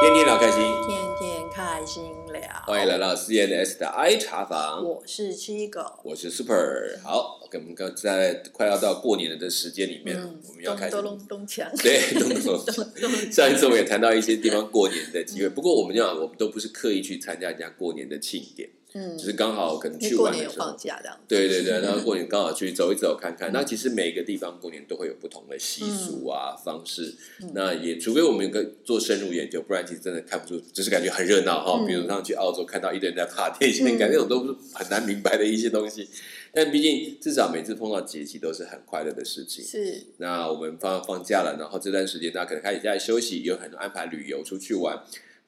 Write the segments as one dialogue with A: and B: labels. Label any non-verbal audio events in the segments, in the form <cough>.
A: 天天聊开心，
B: 天天开心聊。
A: 欢迎来到 CNS 的 I 茶房，
B: 我是七狗。
A: 我是 Super。好，我们刚在快要到过年的这时间里面，
B: 嗯
A: 我们要开始
B: 咚咚咚锵，
A: 对
B: <laughs>
A: 动手。
B: 咚咚
A: 上一次我们也谈到一些地方过年的机会，不过我们讲我们都不是刻意去参加人家过年的庆典，
B: 嗯
A: 只，是刚好可能
B: 因
A: 去
B: 为过
A: 玩
B: 年有
A: 的时候
B: 放。假这样子。
A: 对对对，
B: 嗯
A: 然后过年刚好去走一走看看。那其实每个地方过年都会有不同的习俗啊、
B: 嗯
A: 方式。那也除非我们有个做深入研究，不然其实真的看不出，只是感觉很热闹哈、
B: 嗯
A: 比如像去澳洲看到一堆人在爬电线
B: 嗯
A: 杆，那种都是很难明白的一些东西。 <laughs> 但毕竟至少每次碰到节气都是很快乐的事情。
B: 是，
A: 那我们放放假了，然后这段时间大家可能开始在休息，也有很多安排旅游出去玩。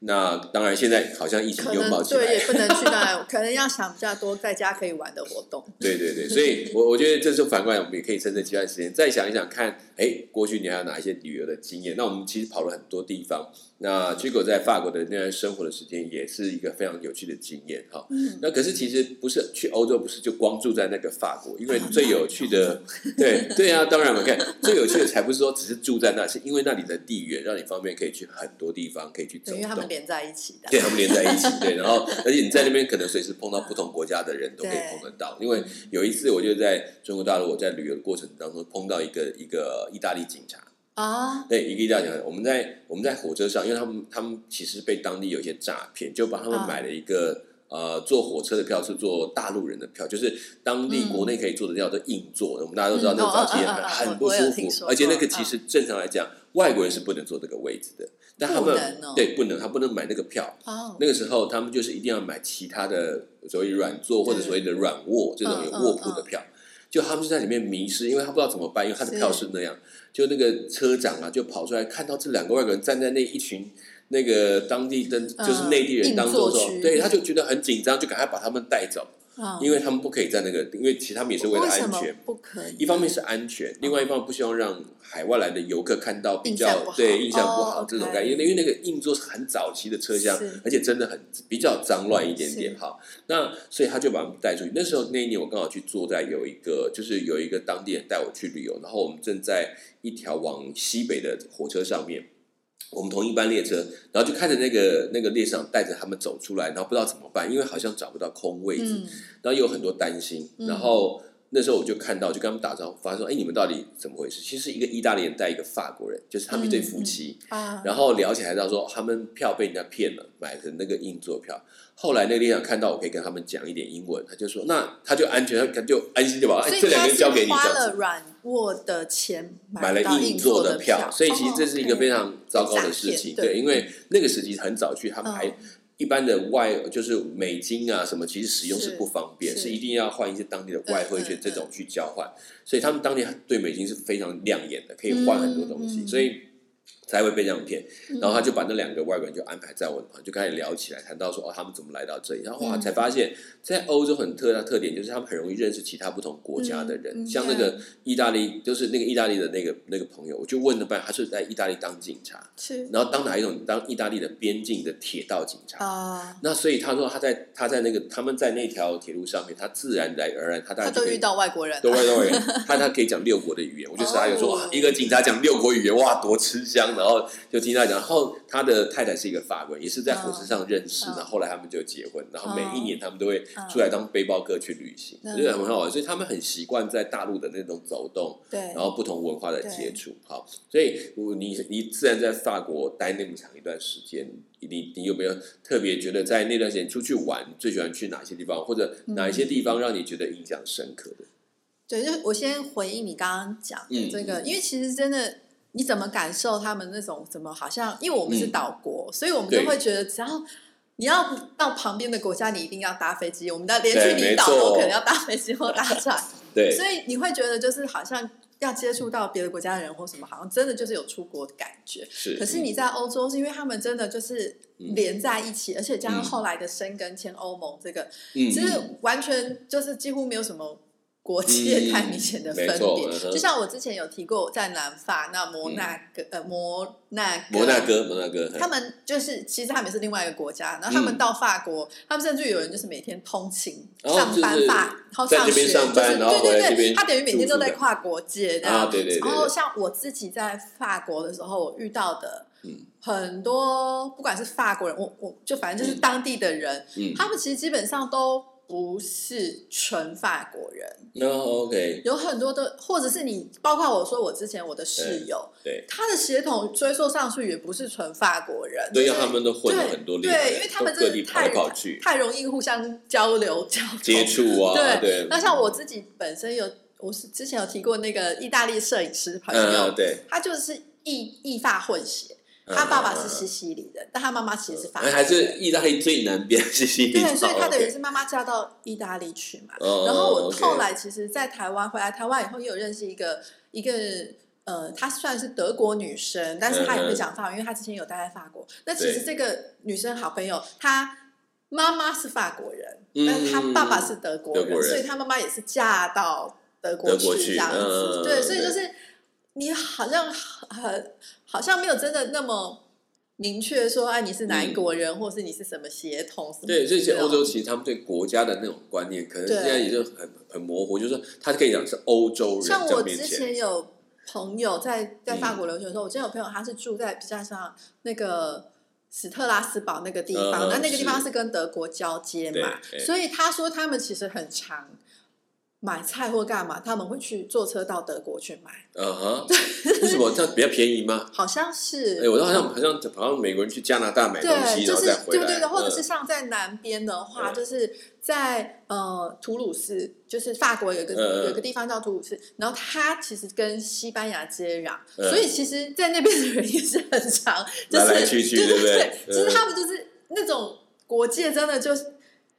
A: 那当然，现在好像疫情
B: 可
A: 又
B: 能
A: 冒起来了
B: 对，也不能去那，可能要想比较多在家可以玩的活动。 <laughs>
A: 对对对，所以我我觉得这时候反过来，我们也可以趁这几段时间再想一想看，哎，过去你还有哪一些旅游的经验？那我们其实跑了很多地方。那 g i g o 在法国的那段生活的时间，也是一个非常有趣的经验哈。
B: 嗯，
A: 那可是其实不是去欧洲，不是就光住在那个法国，因为最有趣的，对对啊，当然我看最有趣的才不是说只是住在那，是因为那里的地缘让你方便可以去很多地方，可以去走
B: 对，因为他
A: 动
B: 们。连在一起的。
A: 对，他们连在一起，对，然后而且你在那边可能随时碰到不同国家的人都可以
B: 对
A: 碰得到，因为有一次我就在中国大陆，我在旅游的过程当中碰到一个一个意大利警察，
B: 啊，
A: 对，一个意大利警察，我们在我们在火车上，因为他们他们其实被当地有一些诈骗，就把他们
B: 啊
A: 买了一个。呃，坐火车的票是坐大陆人的票，就是当地
B: 嗯
A: 国内可以坐的叫做硬座。我们大家都知道，
B: 嗯
A: 那个早期
B: 哦哦哦哦
A: 很
B: 我
A: 很不
B: 我有
A: 舒
B: 听
A: 服，
B: 说
A: 而且那个
B: 过嗯
A: 其实正常来讲，外国人是不能坐这个位置的。但他
B: 不
A: 们
B: 能哦
A: 对不能，他不能买那个票，
B: 哦，
A: 那个时候他们就是一定要买其他的所谓软座或者所谓的软卧这
B: 嗯
A: 种有卧铺的票，就他们就在里面迷失，因为他不知道怎么办，因为他的票是那样。就那个车长啊，就跑出来看到这两个外国人站在那一群那个当地的就是内地人当中的时
B: 嗯硬座
A: 候，
B: 区
A: 对，他就觉得很紧张，就赶快把他们带走，
B: 啊
A: 因为他们不可以在那个，因为其实他们也是为了
B: 为什
A: 安
B: 么
A: 全。
B: 不可以？
A: 一方面是安全，另外一方面不希望让海外来的游客看到比
B: 嗯印象
A: 较
B: 不好
A: 对印象不好
B: 哦
A: 这种
B: OK
A: 感觉，因为因为那个硬座是很早期的车厢
B: 是，
A: 而且真的很比较脏乱一点点
B: 是
A: 哈。那所以他就把我们带出去。那时候那一年我刚好去坐在有一个就是有一个当地人带我去旅游，然后我们正在一条往西北的火车上面。我们同一班列车，然后就看着那个那个列车长带着他们走出来，然后不知道怎么办，因为好像找不到空位置，
B: 嗯，
A: 然后有很多担心，
B: 嗯
A: 然后那时候我就看到，就跟他们打招呼，发现说：“哎，你们到底怎么回事？”其实一个意大利人带一个法国人，就是他们一对夫妻，
B: 啊，
A: 然后聊起来，到说他们票被人家骗了，买的那个硬座票。后来那个店长看到我可以跟他们讲一点英文，他就说：“那他就安全，他就安心就把
B: 所以
A: 这两
B: 他
A: 个人交给
B: 是
A: 你
B: 花
A: 这样
B: 了
A: 子。”
B: 软卧的钱
A: 买了
B: 到
A: 硬座
B: 座
A: 的
B: 票，哦
A: 所以其实这是一个非常糟糕的事情。
B: 哦，OK
A: 对，因为那个时期很早去，他们还
B: 嗯
A: 一般的外就是美金啊什么，其实使用是
B: 是
A: 不方便，
B: 是
A: 是一定要换一些当地的外汇
B: 嗯嗯
A: 券
B: 嗯
A: 这种去交换。所以他们当地对美金是非常亮眼的，可以换很多东西，
B: 嗯嗯
A: 所以。才会被这样骗，
B: 嗯
A: 然后他就把那两个外国人就安排在我的旁边，就开始聊起来，谈到说哦，他们怎么来到这里，然后哇，
B: 嗯
A: 才发现，在欧洲很特大特点就是他们很容易认识其他不同国家的人，
B: 嗯嗯
A: 像那个意大利，就是那个意大利的那个那个朋友，我就问了半，他是在意大利当警察，
B: 是
A: 然后当哪一种？当意大利的边境的铁道警察。
B: 啊，
A: 那所以他说他在他在那个他们在那条铁路上面，他自然来而然他当
B: 他
A: 然就
B: 都
A: 可以
B: 遇到外国人，
A: 对外国人，他他可以讲六国的语言，我就傻眼说，
B: 哦
A: 哇，一个警察讲六国语言，哇，多吃香！然后就听他讲，然后他的太太是一个法国人，也是在火车上认识，
B: 嗯
A: 然后后来他们就结婚，然后
B: 哦
A: 每一年他们都会出来当背包客去旅行，
B: 嗯
A: 就是很好玩，所以他们很习惯在大陆的那种走动，
B: 对
A: 然后不同文化的
B: 对
A: 接触，好，所以我你你自然在法国待那么长一段时间，你你有没有特别觉得在那段时间出去玩，你最喜欢去哪些地方，或者哪一
B: 嗯
A: 些地方让你觉得印象深刻的？
B: 对，就我先回应你刚刚讲的这个，
A: 嗯
B: 因为其实真的，你怎么感受他们那种怎么好像，因为我们是岛国，所以我们就
A: 嗯对
B: 会觉得只要。你要到旁边的国家，你一定要搭飞机。我们到连
A: 对
B: 去
A: 没
B: 离岛
A: 错
B: 都可能要搭飞机
A: <laughs>
B: 或搭船，
A: 对，
B: 所以你会觉得就是好像要接触到别的国家的人或什么，好像真的就是有出国的感觉。
A: 是，嗯
B: 可是你在欧洲，是因为他们真的就是连在一起，而且加上后来的生根签欧盟这个，
A: 嗯，
B: 其
A: 嗯
B: 实完全就是几乎没有什么国界太明显的分
A: 没错
B: 别。
A: 嗯哼
B: 就像我之前有提过，我在南法，那摩纳哥、呃摩纳哥
A: 摩纳哥，摩纳哥，
B: 他们就是，其实他们也是另外一个国家，然后他们到法国，他们甚至有人就是每天通勤、
A: 嗯哦
B: 上班
A: 就是
B: 法，然后
A: 在
B: 上
A: 这边
B: 学，
A: 上班
B: 就是
A: 然后回来
B: 对
A: 这
B: 对对，
A: 边
B: 他等于每天
A: 住
B: 都
A: 宿
B: 在
A: 的
B: 跨国界这样。
A: 啊，对对对
B: 然后
A: 对，
B: 像我自己在法国的时候，我遇到的
A: 嗯
B: 很多，不管是法国人，我我就反正就是当地的人，
A: 嗯，
B: 他们其实基本上都不是纯法国人，
A: 那 OK，
B: 有很多的，或者是你包括我说我之前我的室友，
A: 对
B: 他的血统追溯上去也不是纯法国人，
A: 对，
B: 就
A: 要
B: 是
A: 他们都混了很多
B: 对
A: 年，
B: 对，因为他们
A: 都
B: 真
A: 各地
B: 的
A: 跑
B: 太
A: 来跑去
B: 太容易互相交流交通
A: 接触啊，对，
B: 那像我自己本身有，我是之前有提过那个意大利摄影师朋友，
A: 嗯，对，
B: 他就是意意法混血，
A: 嗯
B: 他爸爸是
A: 嗯
B: 西西里人，但他妈妈其实是法
A: 嗯
B: 国人，
A: 还是意大利最南边西西里岛，
B: 对，所以他等于
A: 哦 OK
B: 是妈妈嫁到意大利去嘛。
A: 哦
B: 然后我
A: OK
B: 后来其实，在台湾回来台湾以后，也有认识一个一个呃，她算是德国女生，
A: 嗯
B: 但是她也会讲法文，因为她之前有待在法国。那其实这个女生好朋友，她妈妈是法国人，
A: 嗯
B: 但是她爸爸是德国人，
A: 德国人
B: 所以她妈妈也是嫁到德国
A: 德国去
B: 这样子。
A: 嗯
B: 对，所以
A: 对
B: 就是你好像很好像没有真的那么。明确说，哎、你是哪一
A: 嗯
B: 国人，或是你是什么血统？什么
A: 对，这些
B: 这种
A: 欧洲其实他们对国家的那种观念，可能
B: 啊对
A: 现在也就很很模糊，就是说他可以讲是欧洲人
B: 像
A: 在
B: 我
A: 面
B: 之
A: 前，嗯
B: 前有朋友在在法国留学的时候，我之前有朋友他是住在比较像那个史特拉斯堡那个地
A: 嗯
B: 方，
A: 嗯
B: 那、那个地方
A: 是
B: 是跟德国交接嘛，
A: 对对哎
B: 所以他说他们其实很常买菜或干嘛，他们会去坐车到德国去买，
A: 嗯哼，为什么这样比较便宜吗？
B: 好像是。
A: 哎，我好像好像好像美国人去加拿大买东西，然
B: 嗯对，就
A: 后
B: 是
A: 再回
B: 对
A: 来，
B: 对对，或者是
A: 嗯
B: 像在南边的话，
A: 嗯
B: 就是在呃吐鲁斯，就是法国有一个、
A: 嗯嗯
B: 有一个地方叫吐鲁斯，然后它其实跟西班牙接壤，
A: 嗯
B: 所以其实，在那边的人也是很长，就是
A: 来来去去
B: 对
A: 对不对
B: 对，
A: 嗯
B: 其实他们就是那种。国界真的就是，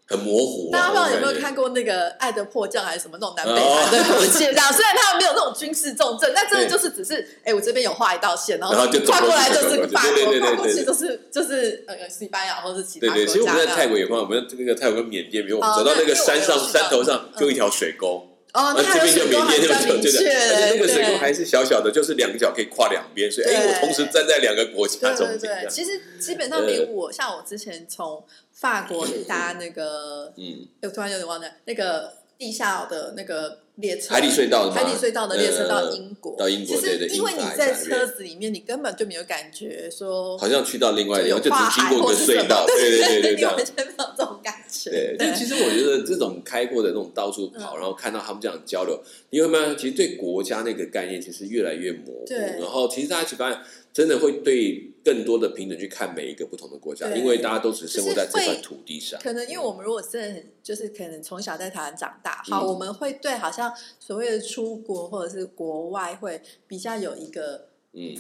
A: 很模糊啊。
B: 大家不知道有
A: 我
B: 没有
A: 感觉
B: 看过那个《爱的迫降》还是什么那种南北
A: 哦
B: 韩的国界这样？虽然他们没有那种军事重镇，但真的
A: 对
B: 就是只是，哎，我这边有画一道线，然
A: 然
B: 后
A: 后就走
B: 跨过
A: 过去
B: 来就
A: 走
B: 是
A: 过去
B: 法
A: 对
B: 国，
A: 对对
B: 跨过
A: 对
B: 去
A: 对
B: 就是就是呃西班牙或是其他
A: 对
B: 国
A: 对，其
B: 家
A: 实我们在
B: 这样
A: 泰国也碰到，我们这个泰国跟缅甸，比如我们
B: 啊哦
A: 走到
B: 那
A: 那个山
B: 因为我有
A: 上
B: 去
A: 山
B: 到
A: 头上，
B: 嗯
A: 就一条水沟，
B: 哦，
A: 那
B: 那
A: 呃这
B: 还有
A: 边就
B: 水沟
A: 缅
B: 还
A: 甸
B: 比
A: 那
B: 较
A: 个
B: 明
A: 就
B: 确，
A: 是，而且那个水沟
B: 对
A: 还是小小的，就是两脚可以跨两边，所以哎，
B: 对
A: 我同时站在两个国家
B: 对
A: 中
B: 对
A: 间这
B: 对，
A: 样，
B: 其实基本上连我像我之前从法国搭那个，
A: 嗯，
B: 哎我突然有点忘了那个地下的那个列车，
A: 海底隧道的吗呃
B: 海底隧道的列车到英国，
A: 到英国
B: 其
A: 对
B: 实
A: 对
B: 因为
A: 英
B: 你
A: 法
B: 在
A: 一下
B: 车子里面，你根本就没有感觉说
A: 好像去到另外一个地方，就
B: 有跨
A: 只经
B: 海
A: 过一
B: 或
A: 个
B: 是什
A: 隧
B: 么
A: 道，，对对对对，这
B: 你
A: 样
B: 完。全没 <laughs> 有这种感觉
A: 对，，但其实我觉得这种开阔的这种到处跑，
B: 嗯
A: 然后看到他们这样交流，你会发现，其实对国家那个概念其实越来越模糊。
B: 对
A: 然后，其实大家其实发现，真的会对更多的平等去看每一个不同的国家，
B: 对
A: 因为大家都只生活在
B: 就
A: 这
B: 是会
A: 块土地上。
B: 可能因为我们如果真的很就是可能从小在台湾长大，好，
A: 嗯
B: 我们会对好像所谓的出国或者是国外会比较有一个
A: 嗯，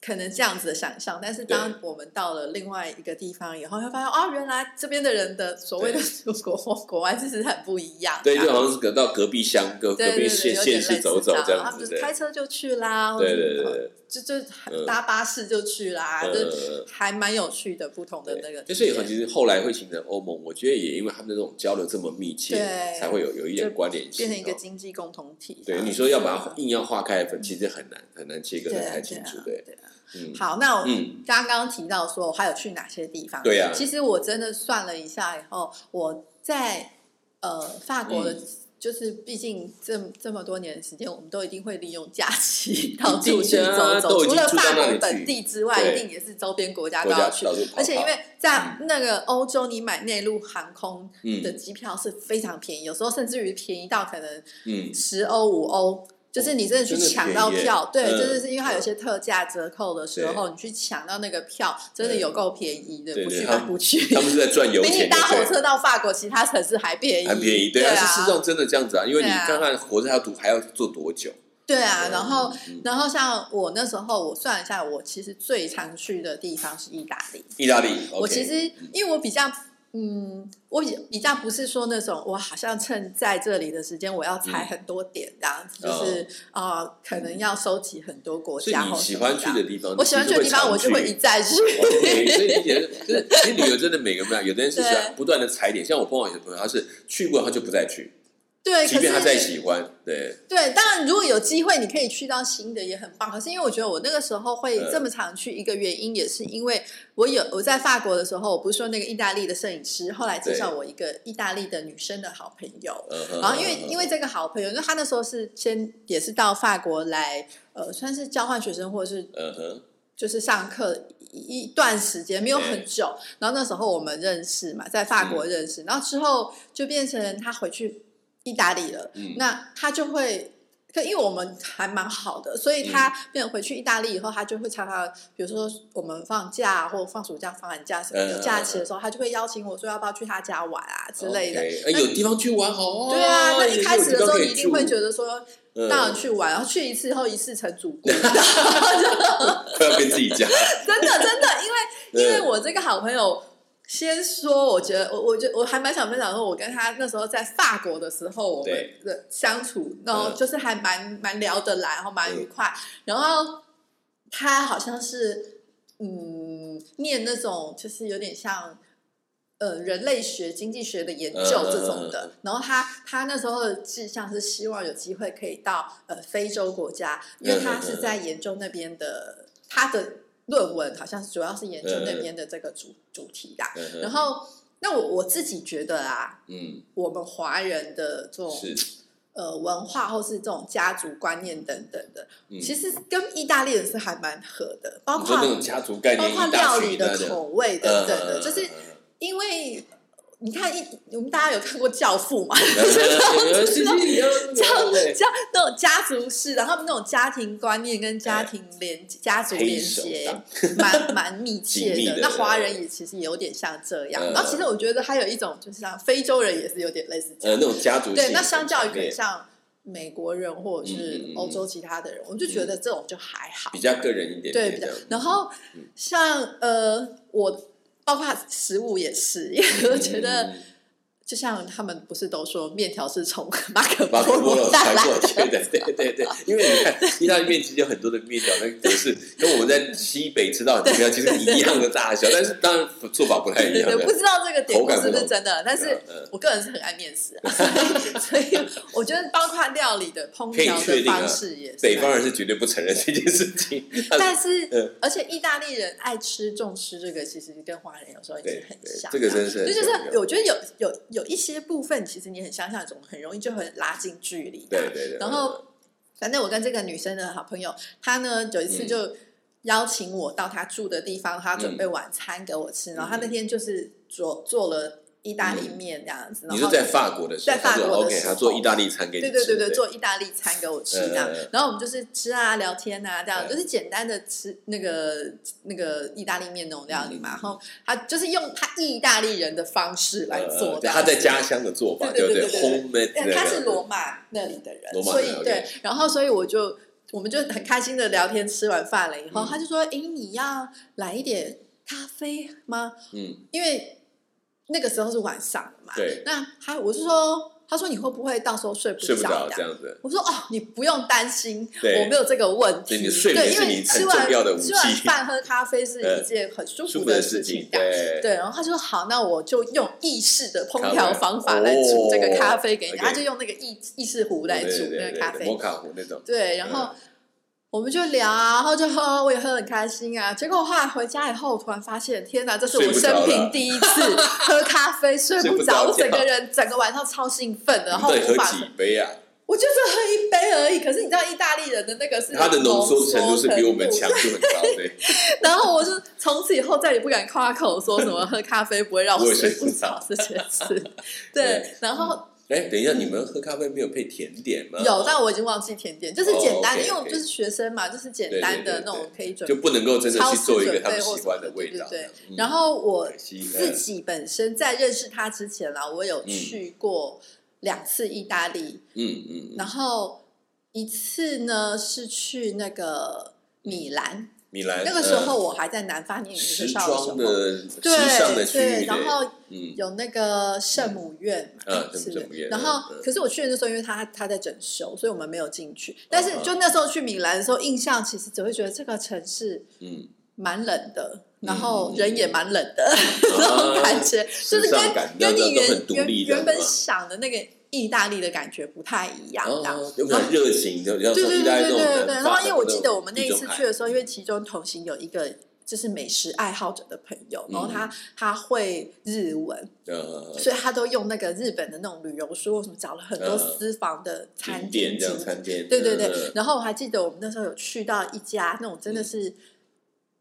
B: 可能这样子的想象，但是当我们到了另外一个地方以后，会发现哦，原来这边的人的所谓的出国或国外其实很不一样。
A: 对，
B: 这
A: 就
B: 样
A: 好像是隔到隔壁乡、隔
B: 对
A: 隔
B: 对
A: 壁
B: 对对，
A: 县
B: 有
A: 县
B: 点类
A: 市
B: 似
A: 走走
B: 这
A: 这
B: 样，他
A: 样
B: 们
A: 子，
B: 就
A: 对
B: 是开车就去啦，或者
A: 对对
B: 是
A: 对对，
B: 就就
A: 嗯
B: 搭巴士就去啦，就
A: 呃。
B: 还蛮有趣的，不同的那个
A: 对，就
B: 体验。
A: 是以后其实后来会形成欧盟，我觉得也因为他们的这种交流这么密切，
B: 对
A: 才会有有一点
B: 就
A: 关联性
B: 变成一个
A: 哦
B: 经济共同体这样
A: 对，
B: 子。嗯
A: 你说要把它硬要划开来分，其实很难很难切割
B: 对
A: 的
B: 啊
A: 太
B: 对
A: 清
B: 啊
A: 楚，对，
B: 对啊
A: 嗯，
B: 好，那我
A: 嗯
B: 刚刚提到说，我还有去哪些地方？
A: 对啊呀
B: 其实我真的算了一下以后，我在呃法国的，
A: 嗯
B: 就是毕竟这这么多年的时间，我们都一定会利用假期到处去走走，
A: 啊都已
B: 除
A: 经
B: 了
A: 住到
B: 法
A: 那里
B: 国
A: 去
B: 本地之外，
A: 对
B: 一定也是周边国家都
A: 国
B: 要
A: 家
B: 去。
A: 到处跑跑，
B: 啊而且因为在那个欧洲，你买内陆航空的
A: 嗯
B: 机票是非常便宜，有时候甚至于便宜到可能
A: 嗯，
B: 十欧五欧，就是你真的去抢到票，
A: 哦真
B: 对，
A: 的便宜耶
B: 真的是因为它
A: 嗯
B: 有些特价折扣的时候，你去抢到那个票，真的有够便宜的，
A: 嗯对
B: 不
A: 对
B: 去
A: 他
B: 白不去，
A: 他们是在赚油
B: 比你 <laughs>
A: 钱的，
B: 搭火
A: 对
B: 车到法国其他城市还便宜，
A: 很便宜，
B: 对
A: 而
B: 啊
A: 且，事实上真的这样子啊，因为你
B: 对啊
A: 看看火车还要堵还要坐多久
B: 对啊，然后。
A: 嗯
B: 然后像我那时候，我算了一下，我其实最常去的地方是意大利。
A: 意大利，
B: 嗯我
A: OK
B: 其实因为我比较，嗯，我比比较不是说那种我好像趁在这里的时间我要踩
A: 嗯
B: 很多点这样子，就是啊、呃可能要收集很多国
A: 哦所以
B: 家
A: 你
B: 或
A: 喜
B: 什
A: 欢
B: 么
A: 去
B: 样
A: 的地方，
B: 我喜欢去的地方，我就
A: 就
B: 会一。
A: <laughs>
B: 再去。 <laughs>
A: OK，所以你觉得就是其实旅游真的每个人不一样，有的人是喜欢
B: 对
A: 不断的踩点，像我碰到有的朋友，他是去过他就不再去，
B: 对，
A: 即
B: 可
A: 便他再
B: 是
A: 喜欢，对，
B: 对，当然如果有机会，你可以去到新的也很棒。可是因为我觉得我那个时候会
A: 嗯
B: 这么常去，一个原因也是因为我有我在法国的时候，我不是说那个意大利的摄影师后来介绍我一个意大利的女生的好朋友，
A: 嗯哼，
B: 然后因为因
A: 为
B: 为这个好朋友，因为他那时候是先也是到法国来，呃，算是交换学生或者是
A: 嗯哼，
B: 就是上课一一段时间，没有很久。然后那时候我们认识嘛，在法
A: 嗯
B: 国认识，然后之后就变成他回去意大利了，
A: 嗯
B: 那他就会。可因为我们还蛮好的，所
A: 嗯
B: 以他变成回去意大利以后，他就会常常，比如说我们放假或放暑假、放寒假什么
A: 嗯
B: 有假期的时候，他就会邀请我说要不要去他家玩啊之类的。
A: OK，哎，有地方去玩好哦。
B: 对啊，那一开始的时候你一定会觉
A: 得
B: 得说，
A: 嗯
B: 当然去玩，然后去一次后一次成主顾，
A: 快要变自己家，
B: 真的真的，
A: <laughs>
B: 因为因为
A: 嗯
B: 我这个好朋友，先说，我觉得我我觉得我还蛮想分享说，我跟他那时候在法国的时候，我们
A: 对
B: 的相处，然后
A: 嗯
B: 就是还蛮蛮聊得来，然后蛮愉快，然后他好像是嗯念那种就是有点像。呃，人类学、经济学的研究
A: 嗯嗯
B: 这种的，
A: 嗯
B: 然后他他那时候的志向是希望有机会可以到呃非洲国家，因为他是在研究那边的，他的论文好像是主要是研究那边的这个主主题的。
A: 嗯哼
B: 然后，那我我自己觉得啊，
A: 嗯
B: 我们华人的这种
A: 是，
B: 呃文化或是这种家族观念等等的，
A: 嗯
B: 其实跟意大利人是还蛮合的，包
A: 你说
B: 括
A: 那种家族概
B: 包
A: 念，
B: 括
A: 一
B: 料
A: 大群
B: 理
A: 一大
B: 的
A: 群
B: 口味等等的，就是
A: 嗯嗯嗯嗯
B: 因为你看一我们大家有看过《教父》嘛，
A: 这
B: 这样
A: 样
B: 这样那种家族式，然后他们那种家庭观念跟家庭连、家族连
A: 黑
B: 接
A: 哎手
B: 蛮蛮密
A: 紧
B: 切
A: 密
B: 的。
A: 的
B: 那华人也其实有点像这样。
A: 嗯
B: 然后其实我觉得还有一种就是像非洲人也是有点类似这
A: 呃，
B: 样。
A: 那种家族
B: 对，
A: 性
B: 那相较于可能
A: 对
B: 像美国人或者
A: 嗯嗯
B: 是
A: 嗯
B: 欧洲其他的人，我就觉得这种就还好。
A: 比较个人一点
B: 对，
A: 点
B: 比
A: 这
B: 较
A: 样，。
B: 然后像呃，我包括食物也是，因为我觉得。
A: 嗯
B: 就像他们不是都说面条是从马可
A: 把
B: 波
A: 可波
B: 罗
A: 罗
B: 带
A: 传
B: 来
A: 过
B: 的？
A: 去的，对对对，因为你看意大利面其实有很多的面条，那个都是跟我们在西北吃到的面条其实一样的大小，但是当然做法不太一
B: 对
A: 样
B: 对，不
A: 的。
B: 知道这个典
A: 口
B: 故
A: 感不
B: 是不是
A: 同
B: 真的，但是
A: 嗯嗯
B: 我个人是很爱面食、
A: <laughs>
B: 啊，所 <laughs> 以所以我觉得包括料理的烹
A: 可以
B: 调
A: 确
B: 的
A: 定啊
B: 方式也是。
A: 北方人是绝对不承认这件事情，
B: 但是、
A: 嗯
B: 而且意大利人爱吃重吃这个，其实跟华人有时候
A: <laughs>
B: 也
A: 对
B: 是很
A: 对
B: 像，啊。
A: 这个真是
B: 就
A: 很
B: 就是
A: 重要
B: 我觉得有有有一些部分，其实你很相像，总很容易就很拉近距离、啊。
A: 对对对。
B: 然后，反正我跟这个女生的好朋友，她呢有一次
A: 嗯
B: 就邀请我到她住的地方，她准备晚餐给我吃。然后她那
A: 嗯
B: 天就是做做了意大利面这样子，
A: 你
B: 然
A: 是
B: 后
A: 在法国的时候，
B: 在法
A: 他说
B: 国的
A: OK，
B: 时
A: 他
B: 候
A: 做意大利餐给你
B: 对
A: 吃，
B: 对对对做意大利餐给我吃这样
A: 嗯嗯嗯。
B: 然后我们就是吃啊聊天啊这样，
A: 嗯
B: 就是简单的吃那个那个意大利面那种料
A: 嗯
B: 理嘛。然后她就是用她意大利人的方式来做
A: 呃
B: 这样
A: 他
B: 子，
A: 在家乡的做法，
B: 对
A: 不对
B: 对对
A: ？Homemade，那
B: 呃
A: 个
B: 他是罗马那里的人，
A: 罗马
B: 所以
A: 人，OK
B: 对，然后所以我就我们就很开心的聊天，吃完饭了以后，
A: 嗯
B: 他就说：“诶，你要来一点咖啡吗
A: 嗯？”，
B: 因为那个时候是晚上了嘛，
A: 对，
B: 那他我是说，他说你会不会到时候睡不
A: 睡不
B: 着
A: 着这
B: 样？
A: 样子，
B: 我说哦，你不用担心，
A: 对
B: 我没有这个问题。
A: 对你的睡
B: 对，
A: 眠
B: 因
A: 是
B: 为
A: 你很
B: 吃完
A: 重要的武器
B: 吃完饭喝咖啡是一件很舒
A: <laughs> 舒服
B: 服
A: 的
B: 事
A: 事
B: 情
A: 情，，
B: 这样
A: 对
B: 对，然后他就说好，那我就用意式的烹调方法来煮这个咖啡给你，
A: 哦
B: 他就用那个意意式壶来
A: 对
B: 煮
A: 对
B: 那
A: 对
B: 个
A: 对
B: 咖啡。
A: 摩卡壶那种，
B: 对，然后我们就聊啊，然后就喝，我也喝得很开心啊。结果后来回家以后，我突然发现，天哪，这是
A: 睡
B: 我
A: 不着
B: 生平
A: 了
B: 第一次喝咖啡睡
A: 睡
B: 不
A: 不
B: 着，
A: 着
B: 我整
A: 觉
B: 个人整个晚上超兴奋的，然后
A: 你到
B: 无
A: 底喝
B: 法
A: 几杯啊？
B: 我就是喝一杯而已，可是你知道意大利人的那个是
A: 它的浓缩程度是比我们
B: 浓缩
A: 强
B: 程度。
A: 度很高的，
B: 然后我就从此以后再也不敢夸口说什么喝咖啡不会让
A: 我也
B: 睡
A: 睡不
B: 不着这件事。
A: <laughs>
B: 对
A: 对，
B: 然后
A: 哎，等一下，你们喝咖啡没有配甜点吗？
B: 有，但我已经忘记甜点，就是简单的，
A: 嗯哦，OK，OK
B: 因为我们就是学生嘛，就是简单
A: 对
B: 的
A: 对对对
B: 那种可以准
A: 就不能够真的
B: 超
A: 去
B: 市
A: 做一个
B: 准
A: 他们
B: 备或
A: 喜
B: 什
A: 欢
B: 么的
A: 味道。
B: 对对
A: 嗯
B: 对。然后我
A: 可惜嗯
B: 自己本身在认识他之前啦，我有去过两次意大利，
A: 嗯嗯嗯，
B: 然后一次呢是去那个米兰，
A: 米兰
B: 那个时候
A: 呃
B: 我还在南发念研究
A: 时
B: 校的时候
A: 装。的时
B: 对
A: 尚的区
B: 对，
A: 域，
B: 然后
A: 嗯
B: 有那个圣母院嘛，
A: 嗯
B: 是
A: 圣母院
B: 然后
A: 嗯嗯
B: 可是我去的那时候，因为他他在整修，所以我们没有进去。但是
A: 嗯
B: 就那时候去米兰的时候，印象其实只会觉得这个城市 <laughs>
A: 嗯，
B: 蛮冷的，
A: 嗯
B: 然后人也蛮
A: 啊
B: <laughs> 冷的那种感觉，就是
A: 时尚
B: 跟
A: 感那
B: 跟你
A: 种都
B: 原
A: 很独
B: 原
A: 立的
B: 原本
A: 嘛
B: 想的那个意大利的感觉不太一样，这样。
A: 哦，有很热情，就像
B: 对
A: 从
B: 对
A: 意
B: 对
A: 大利那
B: 对
A: 种
B: 对对。
A: 南
B: 然
A: 法
B: 后
A: 的
B: 因为我
A: 那
B: 记
A: 种
B: 得我们那
A: 地
B: 一
A: 中
B: 次
A: 海
B: 去的时候，因为其中同行有一个就是美食爱好者的朋友，然后他、
A: 嗯
B: 他会日文，
A: 呃
B: 所以他都用那个日本的那种旅游书，或什么找了很多
A: 嗯
B: 私房的餐
A: 景
B: 厅
A: 点这
B: 景
A: 样餐厅，
B: 对对对
A: 嗯，，
B: 然后我还记得我们那时候有去到一家那种真的是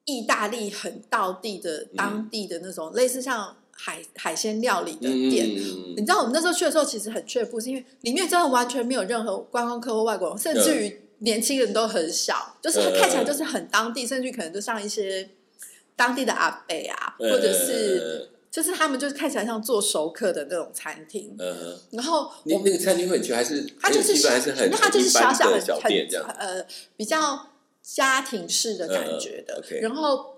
B: 意大利很道地的、
A: 嗯
B: 当地的那种类似像海海鲜料理的
A: 嗯
B: 店。
A: 嗯
B: 你知道我们那时候去的时候其实很却步，是因为里面真的完全没有任何观光客或外国人，甚
A: 嗯
B: 至于年轻人都很少，就是他看起来就是很当地，甚至于可能就像一些当地的阿伯啊，
A: 嗯
B: 或者是就是他们就是看起来像做熟客的那种餐厅。
A: 嗯嗯嗯
B: 然后
A: 你
B: 我们
A: 那个餐厅会很去，还是
B: 它就是
A: 那个地方还是很
B: 那它就是小
A: 小
B: 小很
A: 小
B: 很
A: 店这样，
B: 呃比较家庭式的感觉的。
A: 嗯嗯，OK
B: 然后，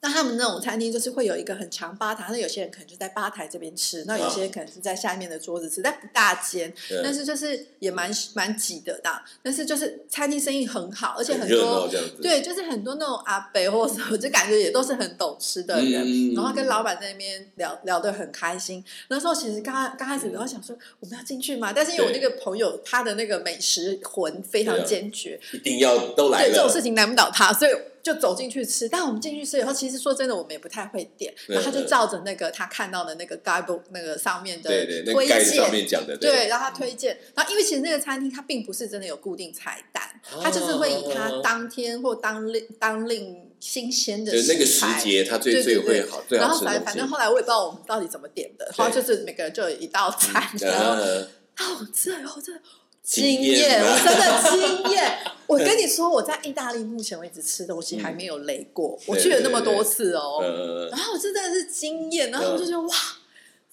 B: 那他们那种餐厅就是会有一个很长吧台，那有些人可能就在吧台这边吃，那有些人可能是在下面的桌子吃，但不大间，
A: 嗯
B: 但是就是也蛮蛮挤的的。但是就是餐厅生意很好，而且
A: 很热闹
B: 多。
A: 这样子，
B: 对，就是很多那种阿伯或什么，就感觉也都是很懂吃的人，
A: 嗯
B: 然后跟老板在那边聊聊得很开心。那时候其实刚刚刚开始，然后想说我们要进去吗？但是因为我那个朋友他的那个美食魂非常坚决，
A: 一定要都啊来
B: 对
A: 了，
B: 这种事情难不倒他，所以就走进去吃。但我们进去吃以后，其实说真的，我们也不太会点，
A: 嗯
B: 然后他就照着那个他看到的那个 guidebook 那个上面的
A: 对对，那
B: 推
A: 个盖子
B: 荐
A: 上。面讲的，
B: 对，然后他推荐，然后因为其实那个餐厅它并不是真的有固定菜单，它就是会以它
A: 哦
B: 当天或当令当令新鲜的
A: 就是那个时
B: 材
A: 节，它最
B: 对对
A: 最
B: 对
A: 会好，最
B: 然
A: 好
B: 后
A: 啊吃的东
B: 反反
A: 西
B: 正。后来我也不知道我们到底怎么点的，然后就是每个人就有一道菜，然后
A: 呃，
B: 啊，我吃了以后真的
A: 惊
B: 惊
A: 艳
B: 艳，
A: 吗
B: 我真的惊艳。我跟你说，我在意大利目前为止吃东西还没有雷过，
A: <laughs>
B: 我去了那么多次 <laughs> 哦，
A: 呃，
B: 然后我真的是惊艳，然后我就觉得哇，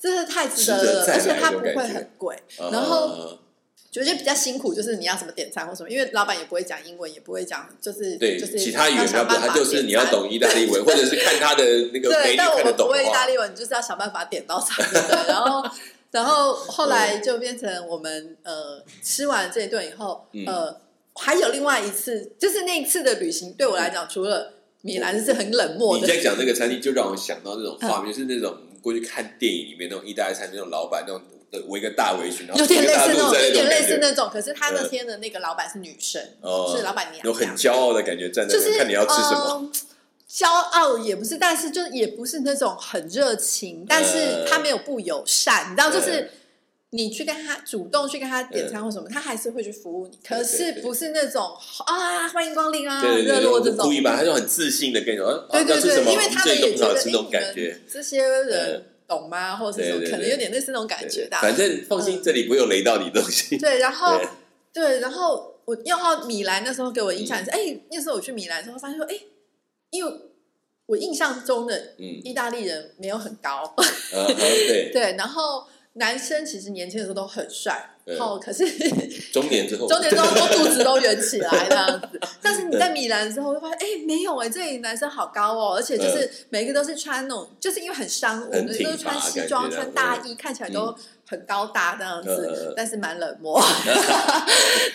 B: 真的太值
A: 值
B: 得
A: 得
B: 了，
A: 再
B: 而且
A: 来
B: 它
A: 那
B: 不
A: 种
B: 会
A: 感觉
B: 很贵，
A: 呃
B: 然后觉得比较辛苦，就是你要什么点餐或什么，因为老板也不会讲英文，也不会讲，就是
A: 对
B: 就是
A: 其他语言
B: 要
A: 要
B: 想
A: 不，
B: 办法
A: 它就是
B: 点
A: 你要
B: 餐
A: 懂意大利文，或者是看它的那个
B: 对，
A: 美女
B: 但我
A: 看得
B: 们
A: 懂
B: 不
A: 的
B: 会意大
A: 话，
B: 利文，你就是要想办法点到上面的。然后，然后后
A: 嗯
B: 来就变成我们呃吃完这一顿以后，
A: 嗯
B: 呃，还有另外一次，就是那一次的旅行对我来讲，除了米兰是很冷漠
A: 嗯你
B: 的，嗯
A: 在讲那个餐厅，就让我想到那种画面，就是那种我们过去看电影里面那种意大利餐厅那种老板那种呃围个大围裙，然后
B: 有点类似
A: 整个
B: 那
A: 大陆
B: 种，
A: 在
B: 有点
A: 种
B: 类
A: 感
B: 似
A: 觉，嗯
B: 那种。可是他那天的那个老板是女生，
A: 哦
B: 是老板娘这
A: 有
B: 样，
A: 很骄傲的感觉，站在
B: 就
A: 那
B: 是
A: 看你要吃什么，
B: 呃骄傲也不是，但是就是也不是那种很热情，但是他没有不友善，你知道，就是
A: 嗯
B: 你去跟他主动去跟他点餐或什么，他还是会去服务你，可是不是那种啊欢迎光临啊
A: 对
B: 很
A: 对
B: 热络这
A: 对，
B: 种
A: 故，意把他就很自信的跟你说，啊
B: 对
A: 要
B: 对
A: 吃什
B: 对，
A: 么，
B: 因为他们
A: 这
B: 也
A: 里都很
B: 觉得
A: 好吃那种感
B: 诶你
A: 觉
B: 们。这些人
A: 嗯
B: 懂吗，或者是什
A: 对
B: 么，
A: 对
B: 可能
A: 对
B: 有点类似那种感觉
A: 对
B: 的啊。
A: 反正放心，
B: 嗯
A: 这里不会有雷到你的东西。
B: 对，然后
A: 对嗯
B: 对，然后我要到米兰那时候给我印象也是，哎、那时候我去米兰的时候发现说，哎，因为我印象中的
A: 嗯，
B: 意大利人没有很高，
A: 呃，对，
B: <laughs> 对，然后男生其实年轻的时候都很帅，
A: 对
B: 然
A: <laughs>
B: 后可是
A: 中年之后，
B: 中年之后都肚子都圆起来这样
A: <laughs>
B: 子，但是你在米兰之后就发现，哎，没有哎、这里男生好高哦，而且就是每个都是穿那种，就是因为很商务，
A: 嗯很
B: 都
A: 挺
B: 是穿
A: 拔
B: 西
A: 感
B: 装、
A: 觉
B: 穿
A: 这样
B: 大衣，看起来都很高大这样
A: 嗯嗯嗯
B: 子，但是蛮冷漠， <laughs>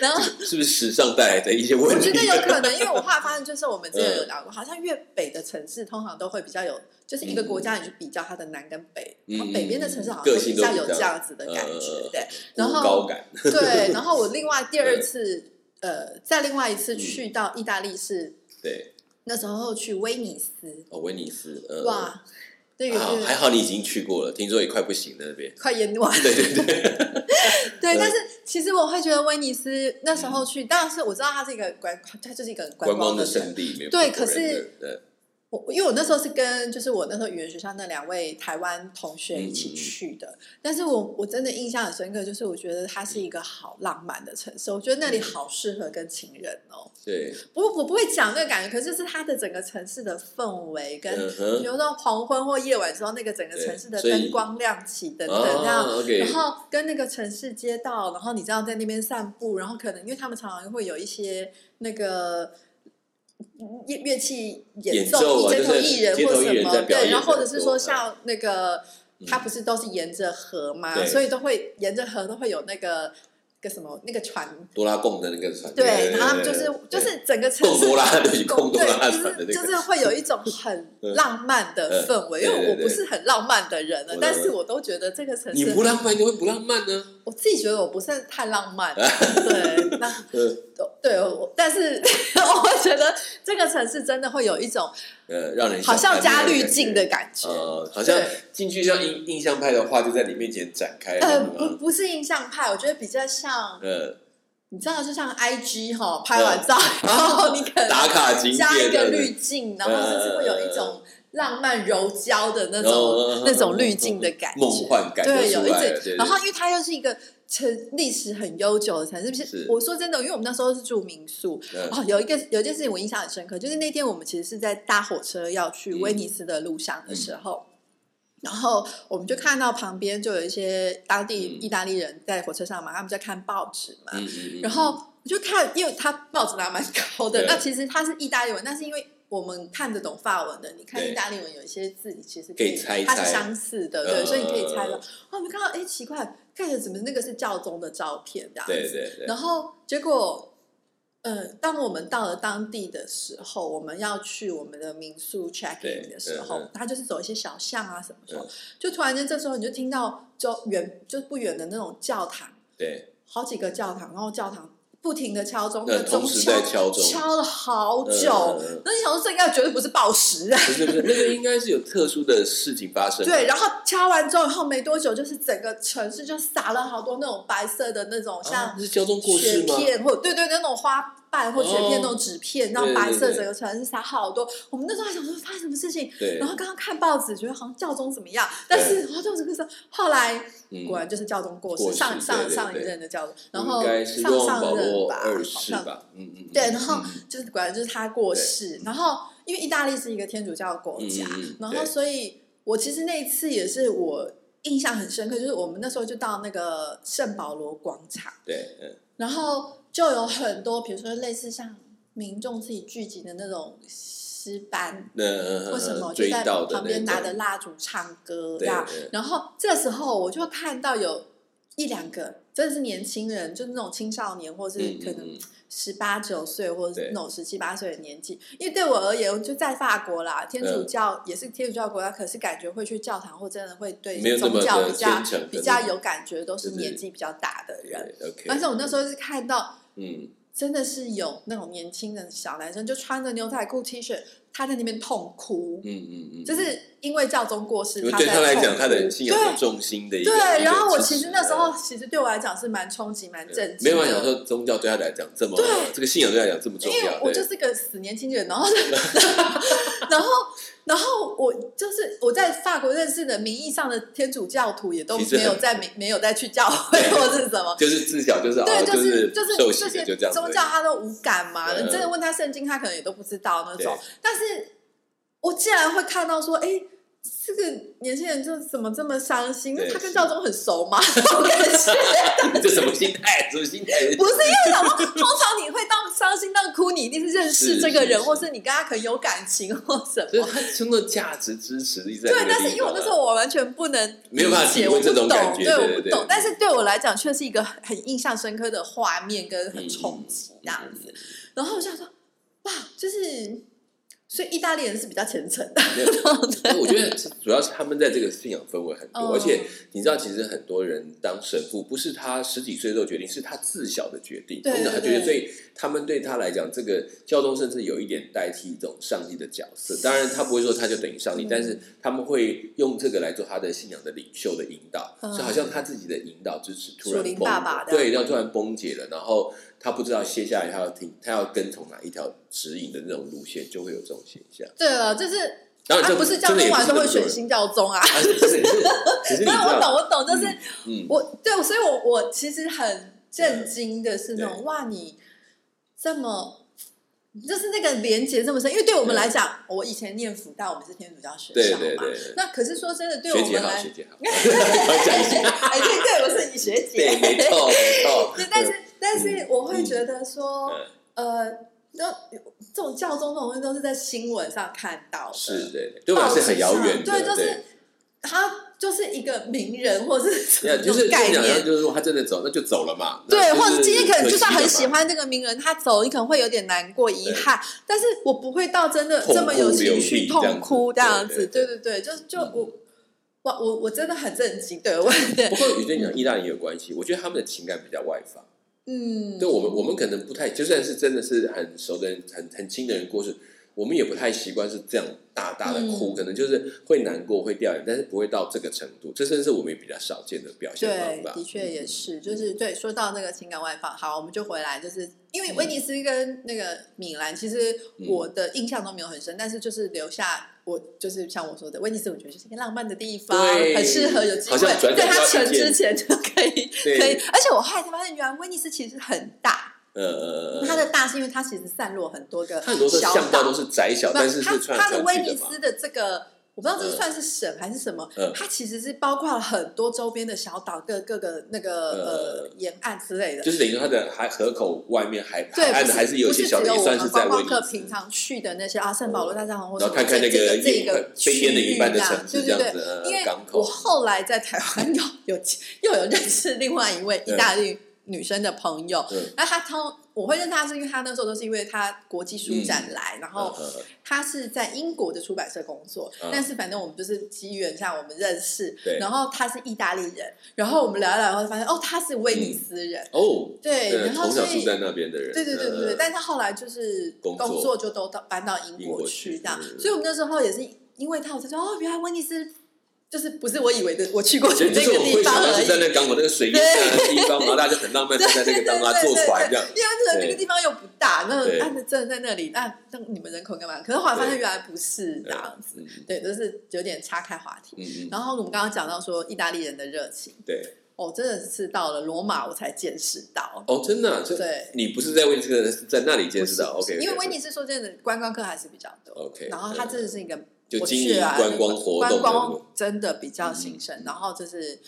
B: 然后。
A: <laughs> 是不是时尚带来的嗯一些
B: 我
A: 问
B: 觉
A: 题？
B: 得有可能，因为我后来发现，就是我们之前有聊过，好像越北的城市通常都会比较有，就是一个国家你去比较它的南跟北，
A: 嗯
B: 然后北边的城市好像
A: 个
B: 会
A: 性
B: 比
A: 都
B: 较
A: 比
B: 有
A: 较
B: 这样子的感
A: 呃
B: 觉，对。然
A: 孤
B: 后
A: 高感，
B: <laughs> 对，然后我另外第
A: <laughs>
B: 二次，呃，再另外一
A: 嗯
B: 次去到意大利是
A: 对，
B: 那时候去威尼斯，
A: 哦，威尼斯，嗯，
B: 哇，那个
A: 啊，还
B: 是
A: 好你已经去过了，听说也快不行了那边，
B: 快淹
A: <laughs>
B: 完。
A: 对对对，
B: 对，
A: 嗯
B: 但是其实我会觉得威尼斯那时候去，当然是我知道它是一个观，它就是一个 <laughs> 观
A: 观光的
B: 的城
A: 圣地，没有
B: 对
A: 很多
B: 可
A: 人
B: 是
A: 的对
B: 我因为我那时候是跟就是我那时候语言学校那两位台湾同学一
A: 嗯
B: 起去的，但是我我真的印象很深刻，就是我觉得它是一个好浪漫的城市，我觉得
A: 嗯
B: 那里好适合跟情人哦。
A: 对，
B: 不过我不会讲那个感觉，可是就是它的整个城市的氛围跟。
A: 嗯
B: 比
A: 哼，
B: 如说黄昏或夜晚之后，那个整个城市的
A: 对所以
B: 灯光亮起等等，这样
A: 啊，OK，
B: 然后跟那个城市街道，然后你这样在那边散步，然后可能因为他们常常会有一些那个乐乐器演
A: 演奏
B: 奏，
A: 啊
B: 街头
A: 就是
B: 艺人
A: 街头
B: 或
A: 艺
B: 什
A: 人在
B: 么，
A: 表演
B: 对，然后或者
A: 很
B: 是
A: 多
B: 说像那个
A: 嗯，
B: 它不是都是沿着河嘛
A: 对，
B: 所以都会沿着河都会有那个。个什么那个船，
A: 多拉贡的那个船，
B: 对，然后就是就是整个城
A: 贡
B: 市
A: 多拉对，贡
B: 共
A: 多
B: 对，
A: 拉
B: 就
A: 船的
B: 是
A: 那
B: 就
A: 个，
B: 是会有一种很浪漫的氛
A: 嗯
B: 围，因
A: 对
B: 为我
A: 对
B: 不是很浪漫的人了
A: 对，
B: 但是我都觉得这个城
A: 你
B: 市
A: 不，浪漫，你会不浪漫呢？
B: 我自己觉得我不是太浪漫，对，那
A: 呃
B: 对，我但是我会觉得这个城市真的会有一种
A: 呃，让人
B: 好像
A: 想看
B: 加
A: 那个
B: 滤
A: 感觉
B: 镜的感觉。
A: 呃，好像
B: 对
A: 进去像印印象派的话，就在你面前展开，
B: 呃，
A: 嗯
B: 不不是印象派，我觉得比较像，
A: 呃，
B: 你知道，就像 I G 哈，拍完照然后你可能
A: 打卡景
B: 加一
A: 点
B: 个
A: 的
B: 滤镜，然后就是会有一种浪漫柔焦的那种
A: 嗯
B: 那种滤镜的感觉，
A: 梦幻感就
B: 对，
A: 出
B: 有一
A: 来了，
B: 种
A: 对。
B: 然后因为它又是一个城历史很悠久的城市，不是
A: 是？
B: 我说真的，因为我们那时候是住民宿，
A: 对嗯
B: <laughs> 哦，有一个有一件事情我印象很深刻，就是那天我们其实是在搭火车要去威
A: 嗯
B: 尼斯的路上的时候，然后我们就看到旁边就有一些当地
A: 嗯
B: 意大利人在火车上嘛，他们在看报纸嘛，
A: 嗯嗯，
B: 然后我就看，因为他报纸拿蛮高的，
A: 对
B: 那其实它是意大利文，但是因为我们看得懂法文的，你看
A: 对
B: 意大利文有一些字，你其实
A: 可以猜一
B: 它是
A: 猜
B: 相似的，
A: 嗯
B: 对，所以你可以猜
A: 嗯嗯
B: 到。哦，我们看到，哎，奇怪，看着怎么那个是教宗的照片这样子，
A: 对对对，
B: 然后结果，呃，当我们到了当地的时候，我们要去我们的民宿 check in
A: 对
B: 的时
A: 嗯
B: 候
A: 嗯，
B: 他就是走一些小巷啊什么的
A: 嗯，
B: 就突然间这时候你就听到就远就不远的那种教堂，
A: 对，
B: 好几个教堂，然后教堂不停的敲钟，
A: 对
B: 那钟
A: 同时在敲钟
B: 敲了好
A: 嗯
B: 久。
A: 嗯嗯
B: 那你想说这应该绝对不是报时啊，
A: 不是不是，那个应该是有特殊的事情发生，
B: 对，，然后敲完之后没多久，就是整个城市就撒了好多那种白色的那种像
A: 啊是交通过
B: 雪
A: 世吗？
B: 片或对对那种花瓣或雪
A: 哦
B: 片那种纸片，然后
A: 对
B: 白
A: 对
B: 色
A: 对
B: 整个城市撒好多。我们那时候还想说发生什么事情，
A: 对，
B: 然后刚刚看报纸觉得好像教宗怎么样，但是然后教宗就是后来
A: 嗯
B: 果然就是教宗过
A: 过
B: 世，
A: 世
B: 上
A: 对
B: 上
A: 对
B: 上一
A: 对
B: 任的教宗，然后
A: 应该是
B: 上
A: 用
B: 上
A: 保
B: 任
A: 罗
B: 吧，
A: 二
B: 好
A: 世
B: 像
A: 吧，嗯嗯，嗯
B: 对，然后
A: 嗯
B: 就是果然就是他过世，然后因为意大利是一个天主教国
A: 嗯
B: 家，
A: 嗯嗯
B: 然
A: 对
B: 后所以我其实那一次也是我印象很深刻，就是我们那时候就到那个圣保罗广场。
A: 对，嗯
B: 然后就有很多，比如说类似像民众自己聚集的那种诗班，
A: 那嗯
B: 为什么就
A: 追
B: 在
A: 悼的
B: 旁边
A: 那
B: 拿
A: 种
B: 着蜡烛唱歌
A: 对
B: 这样？
A: 对
B: 然后这时候我就看到有一两个真的是年轻人，就是那种青少年，或是
A: 嗯
B: 可
A: 嗯
B: 能
A: 嗯
B: 十八九岁，或者
A: 对
B: 是那种十七八岁的年纪。因为对我而言，我就在法国啦，天主
A: 嗯
B: 教、也是天主教国家，可是感觉会去教堂或真的会对
A: 没有那
B: 宗
A: 么
B: 教
A: 的
B: 比较
A: 虔诚的
B: 比
A: 那
B: 较
A: 种
B: 有感觉，都是
A: 对对
B: 年纪比较大的人。
A: 对，OK，
B: 而且我那时候是看到，
A: 嗯，
B: 真的是有那种年轻的小男生，就穿着牛仔裤、T 恤，他在那边痛哭
A: 嗯，嗯嗯，
B: 就是因为教宗过世，
A: 因为
B: 他
A: 对
B: 在
A: 他来
B: 痛
A: 讲，
B: 哭
A: 他的信仰
B: 对
A: 是重心的一个。一
B: 对，
A: 个
B: 然后我
A: 支持
B: 其实那时候，其实对我来讲是蛮冲击、蛮
A: 对
B: 震惊的，
A: 没有办法想说宗教对他来讲这么
B: 对，
A: 这个信仰对他来讲这么重
B: 因为
A: 要，
B: 我
A: 对
B: 就是个死年轻人，
A: <laughs>
B: 然后，然后，然后我就是我在法国认识的名义上的天主教徒，也都
A: 其实
B: 没有
A: 很
B: 在没没有再去教会
A: 对
B: 或是什么，
A: 就是自小就是
B: 对，
A: 哦
B: 是就是
A: 受
B: 这
A: 洗
B: 些
A: 的就这样子
B: 宗教他都无感嘛，
A: 嗯
B: 你真的问他圣经，他可能也都不知道那种
A: 对。
B: 但是我竟然会看到说，哎、这个年轻人就怎么这么伤心？
A: 对
B: 他跟
A: 是
B: 教宗很熟吗？ <laughs> 我感觉
A: <laughs> 这什么心态？什么心态？
B: 不是因为想说，通常你会到伤心到哭，你一定是认识
A: 是
B: 这个人，
A: 是
B: 或是你跟他可能有感情或什
A: 就
B: 么
A: 是。他真的价值支持一直在
B: 对
A: 那，个
B: 但是
A: 地
B: 因为我
A: 方
B: 那
A: 啊
B: 时候我完全不能
A: <laughs> 没有办法
B: 理解
A: 体
B: 我
A: 会
B: 不
A: 这种
B: 懂
A: 感觉对
B: 对，我不
A: 对
B: 懂
A: 对。
B: 但是对我来讲，却是一个很印象深刻的画面跟
A: 嗯
B: 很冲击这样子。然后我想说，哇，就是，所以意大利人是比较虔诚的，
A: 没有因为我觉得主要是他们在这个信仰氛围很多，
B: 嗯
A: 而且你知道，其实很多人当神父不是他十几岁之后决定，是他自小的决定。
B: 对
A: 通常他
B: 对
A: 觉得，所以他们对他来讲，这个教宗甚至有一点代替一种上帝的角色。当然，他不会说他就等于上帝，
B: 嗯
A: 但是他们会用这个来做他的信仰的领袖的引导，
B: 嗯
A: 所以好像他自己的引导支持突
B: 属
A: 然
B: 灵
A: 崩
B: 爸爸的
A: 对，然后突然崩解了，然后他不知道接下来他要听，他要跟从哪一条指引的那种路线，就会有这种现象。
B: <laughs> 对了，就是
A: 当然
B: 啊
A: 这，
B: 不是教
A: 真的
B: 宗
A: 也
B: 完
A: 是
B: 就会
A: 那么多
B: 选
A: 人
B: 新教宗啊。
A: 啊，只是只
B: <laughs>
A: 是你知
B: 不是我懂，
A: 道，
B: 我懂，就是
A: 嗯，
B: 我对，所以我我其实很震惊的是那
A: 对
B: 种哇，你这么就是那个连接这么深，因为对我们来讲，我以前念福大，我们是天主教学
A: 对
B: 校
A: 对
B: 嘛。
A: 对，学
B: 那可是说真的，对我
A: 姐
B: 们
A: 好，
B: 来
A: 学，姐好， <laughs> 我讲一下，
B: <laughs> 哎，对对，我是你学姐
A: 对，，没错没错
B: <laughs> 对，，但是但是我
A: 嗯
B: 会觉得说，呃，那这种教宗这种东西都是在新闻上看到的，啊
A: 是对，对我来说是很遥远的，
B: 对，就是他就是一个名人或者是
A: 呀，
B: 这
A: 就
B: 种
A: 是
B: 概
A: 就
B: 念
A: 讲，就是说他真的走，那就走了嘛。那
B: 对，
A: 就
B: 或者
A: 是
B: 今天可能就算
A: 惜了
B: 很
A: 嘛
B: 喜欢这个名人，他走，你可能会有点难过、遗
A: 对
B: 憾，但是我不会到真的
A: 痛
B: 这么有
A: 哭流
B: 情绪、
A: 涕这样子
B: 痛哭这
A: 对
B: 样
A: 对
B: 子。
A: 对
B: 对对对，就就
A: 嗯
B: 我，我我我真的很震惊，对我对
A: 不，过与跟讲意大利也有关系，我觉得他们的情感比较外放。
B: 嗯，
A: 对我们，我们可能不太，就算是真的是很熟的人、很很亲的人过世，我们也不太习惯是这样大大的
B: 嗯
A: 哭，可能就是会难过、会掉眼，但是不会到这个程度。这甚至我们也比较少见的表现
B: 对
A: 方，法。嗯
B: 的确也是，就是对。说到那个情感外放，好，我们就回来，就是因为威
A: 嗯
B: 尼斯跟那个米兰，其实我的印象都没有很深，但是就是留下我，就是像我说的，威尼斯我觉得就是一个浪漫的地方，
A: 对
B: 很适合有机
A: 好
B: 会
A: 像转
B: 在
A: 角
B: 它
A: 要
B: 成
A: 一见
B: 之前就可以 <laughs>
A: 对
B: 可以。而且我后来才发现，原来威尼斯其实很大，
A: 呃呃，呃
B: 它的大是因为它其实散落很多个
A: 它很多的
B: 小
A: 巷道
B: 岛
A: 都是窄小，但是
B: 它
A: 是穿来
B: 它的
A: 穿
B: 威
A: 去
B: 尼
A: 嘛。
B: 斯的这个，我不知道这是算是省还是什么，
A: 嗯
B: 它其实是包括了很多周边的小岛、各各个那个呃
A: 嗯
B: 沿岸之类的。
A: 就是等于说它的海河口外面海
B: 对，
A: 海岸
B: 不
A: 的还是有一
B: 不
A: 些
B: 是
A: 小
B: 只有
A: 也
B: 我
A: 算
B: 们
A: 是在
B: 观
A: 威
B: 光
A: 尼
B: 客
A: 斯，嗯
B: 平常去的那些啊，圣保罗大教堂或
A: 然
B: 者
A: 后看看那
B: 个这
A: 夜
B: 一个
A: 飞天的
B: 区域
A: 一半的
B: 这样
A: 城市
B: 对
A: 这
B: 对
A: 样
B: 对。
A: 子，呃
B: 因为
A: 港口
B: 我后来在台湾 <laughs> 又有又有认识另外一位意大利女生的朋友
A: 嗯，
B: 那她通我会认识她是因为她那时候都是因为她国际书展来，然后
A: 呃呃
B: 他是在英国的出版社工作，
A: 嗯
B: 但是反正我们就是机缘下我们认识
A: 对，
B: 然后他是意大利人，然后我们聊一聊，然后发现哦他是威尼斯人，
A: 哦，
B: 对，
A: 呃
B: 然后
A: 从
B: 所
A: 小
B: 以
A: 住在那边的人，
B: 对对对对
A: 呃
B: 对，但是他后来就是
A: 工作
B: 作就都到搬到英
A: 英
B: 国
A: 国
B: 去
A: 去
B: 这样，
A: 嗯
B: 所以我们那时候也是因为他，我才说哦原来威尼斯就是不是我以为的我去过
A: 所
B: 的
A: 以就
B: 那
A: 是
B: 个
A: 我们
B: 地
A: 会想
B: 方
A: 到
B: 而
A: 是在
B: 已。
A: 那港口那个水面下的地方，然后大家就很浪漫，就在那个当拉坐船这样。
B: 因为那个那个
A: 对
B: 地方又不大，那
A: 对
B: 按着真的在那里，那那你们人口干嘛？可是后来发现
A: 对
B: 原来不是这样子，
A: 嗯
B: 对，就是有点岔开话题。
A: 嗯嗯，
B: 然后我们刚刚讲到说意大利人的热情，
A: 对。
B: 哦，真的是到了罗马我才见识到，
A: 哦，真的啊，这
B: 对，
A: 你不是在威尼斯的人，是在那里见识到
B: 不是
A: ？OK，
B: 因为威尼斯说真的观光客还是比较多
A: OK，嗯
B: 然后它真的是一个
A: 就
B: 我
A: 经
B: 去
A: 营
B: 啊
A: 观光活
B: 观
A: 动的那种
B: 光真的比较兴
A: 嗯
B: 盛，然后就是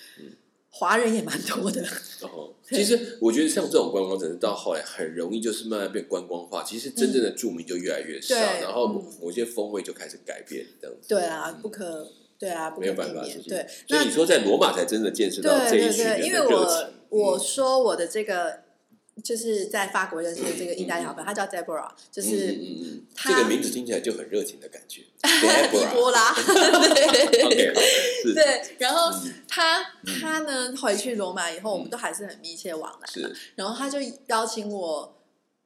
B: 华人也蛮
A: <laughs>
B: 多的，
A: 哦，
B: 对
A: 其实我觉得像这种观光城市，到后来很容易就是慢慢变观光化。其实真正的著名就越来越少，
B: 嗯对
A: 然后
B: 嗯
A: 某些风味就开始改变，这样子。
B: 对啊，不可对啊，不
A: 没有
B: 可避
A: 办法的
B: 免
A: 事，情。
B: 对，
A: 所
B: 那
A: 以你说在罗马才真的见识到这
B: 对
A: 一
B: 对
A: 群
B: 对，
A: 人
B: 因为
A: 的热情嗯
B: 我。我说我的这个就是在法国认识的这个意大利好朋友，他叫 Deborah，就
A: 嗯
B: 是
A: 嗯嗯嗯，
B: 他
A: 这个名字听起来就很热情的感
B: <laughs>
A: 觉。
B: 迪
A: Deborah
B: 波拉， <laughs> 对
A: OK，好是
B: 对，
A: <laughs>
B: 然后
A: 嗯
B: 他
A: 嗯
B: 他呢回去罗马以后，我们都还是很密切往来。
A: 是
B: 然后他就邀请我，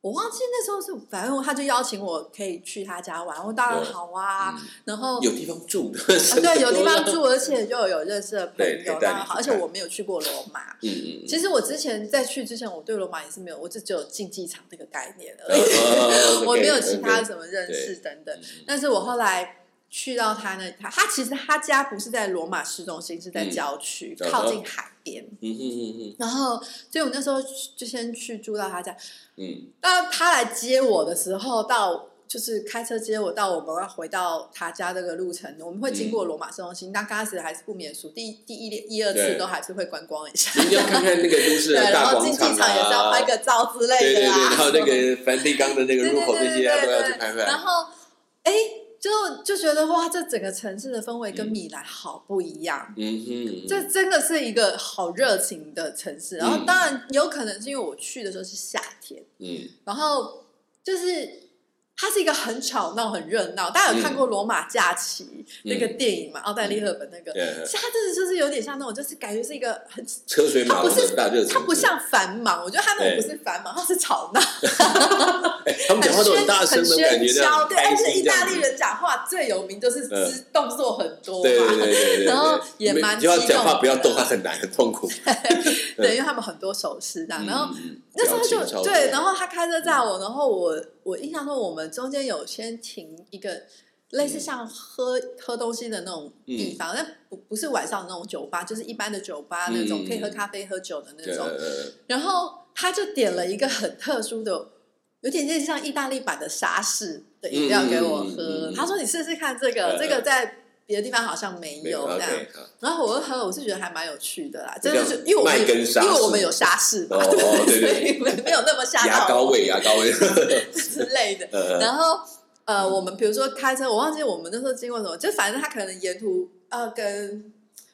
B: 我忘记那时候是，反正他就邀请我可以去他家玩。我当然
A: 嗯
B: 好啊，
A: 嗯
B: 然后
A: 有地方住的，
B: 啊
A: 真的
B: 对有地方
A: 多了，
B: 住，而且又有认识的朋
A: 对可以
B: 友，
A: 带
B: 当然
A: 你
B: 好。
A: 去
B: 而且
A: 看
B: 我没有去过罗马，
A: 嗯嗯
B: <laughs>
A: 嗯
B: 其实我之前在去之前，我对罗马也是没有，我就只有竞技场这个概念而
A: 呃
B: 已，
A: 呃
B: 我
A: OK，
B: 没有其
A: OK，
B: 他什么认识等等
A: 嗯。嗯
B: 但是我后来去到他那，他他其实他家不是在罗马市中心，是在郊区，
A: 嗯
B: 靠近海边。
A: 嗯嗯嗯
B: 然后，所以我那时候就先去住到他家。 <laughs>
A: 嗯
B: 到他来接我的时候，到就是开车接我到我们要回到他家这个路程，我们会
A: 嗯
B: 经过罗马市中心。那刚开始还是不免俗，第一第一一二次
A: 对
B: 都还是会观光一下。
A: 嗯，一定要看看那个都市
B: 对，
A: 的
B: 然
A: 大
B: 后竞
A: 广
B: 技场也是要
A: 啊，
B: 拍个照之类
A: 对对
B: 的
A: 对，
B: 啦。
A: 然后那
B: <laughs>
A: 个梵蒂冈的那个入口那些啊
B: 对对对对对
A: 都要去拍拍
B: 然。后哎，就就觉得哇，这整个城市的氛围跟米兰好不一样。
A: 嗯嗯哼，
B: 这真的是一个好热情的城市，然后当然有可能是因为我去的时候是夏天，
A: 嗯
B: 然后就是它是一个很吵闹、很热闹。大家有看过《罗马假期》
A: 嗯
B: 那个电影嘛？奥黛丽·赫本那个，
A: 对，
B: 是它真的就是有点像那种，就是感觉是一个很
A: 车水马龙的大热情，
B: 它不像繁忙，我觉得他们
A: 对
B: 不是繁忙，他是吵闹，
A: 哎他们
B: 很
A: 讲话都
B: 喧
A: 大声
B: 很
A: 的感觉，
B: 喧
A: 这样
B: 嚣。
A: 很
B: 对，而
A: 开心
B: 且意大利
A: 这样子，
B: 人讲话最有名就是
A: 嗯
B: 肢动作很多
A: 对对
B: 嘛，
A: 对对对，
B: 然后
A: 对
B: 也
A: 你
B: 蛮
A: 你就要
B: 激
A: 讲话
B: 动
A: 不要
B: 的
A: 动，它很难很痛苦。
B: <laughs> 对，因为他们很多手势这样， <laughs> 然后。
A: 嗯嗯嗯
B: 那时候
A: 表情超嗯
B: 就
A: 多
B: 对，然后他开车载我，然后我我印象中我们中间有先停一个类
A: 嗯
B: 似像喝、喝东西的那种地方，但不不是晚上的那种酒吧，就是一般的酒吧那种、
A: 嗯
B: 可以喝咖啡喝酒的那种。
A: 呃
B: 然后他就点了一个很特殊的，有点类似像意大利版的沙士的饮料给我喝。
A: 嗯嗯嗯嗯嗯
B: 他说：“你试试看这个，
A: 嗯嗯
B: 这个在别的地方好像没
A: 没有
B: 有这样。
A: OK，好
B: 然后我就喝，我是觉得还蛮有趣的啦，真
A: 这
B: 的
A: 样
B: 是因为我们
A: 麦根沙
B: 因
A: 士
B: 为我们有沙士嘛，
A: 哦哦对对对
B: <laughs> 所以没有那么吓到
A: 牙膏味，牙膏味，
B: 之类的。
A: 呃，
B: 然后呃，呃我们比如说开车，我忘记我们那时候经过什么，就反正他可能沿途要跟。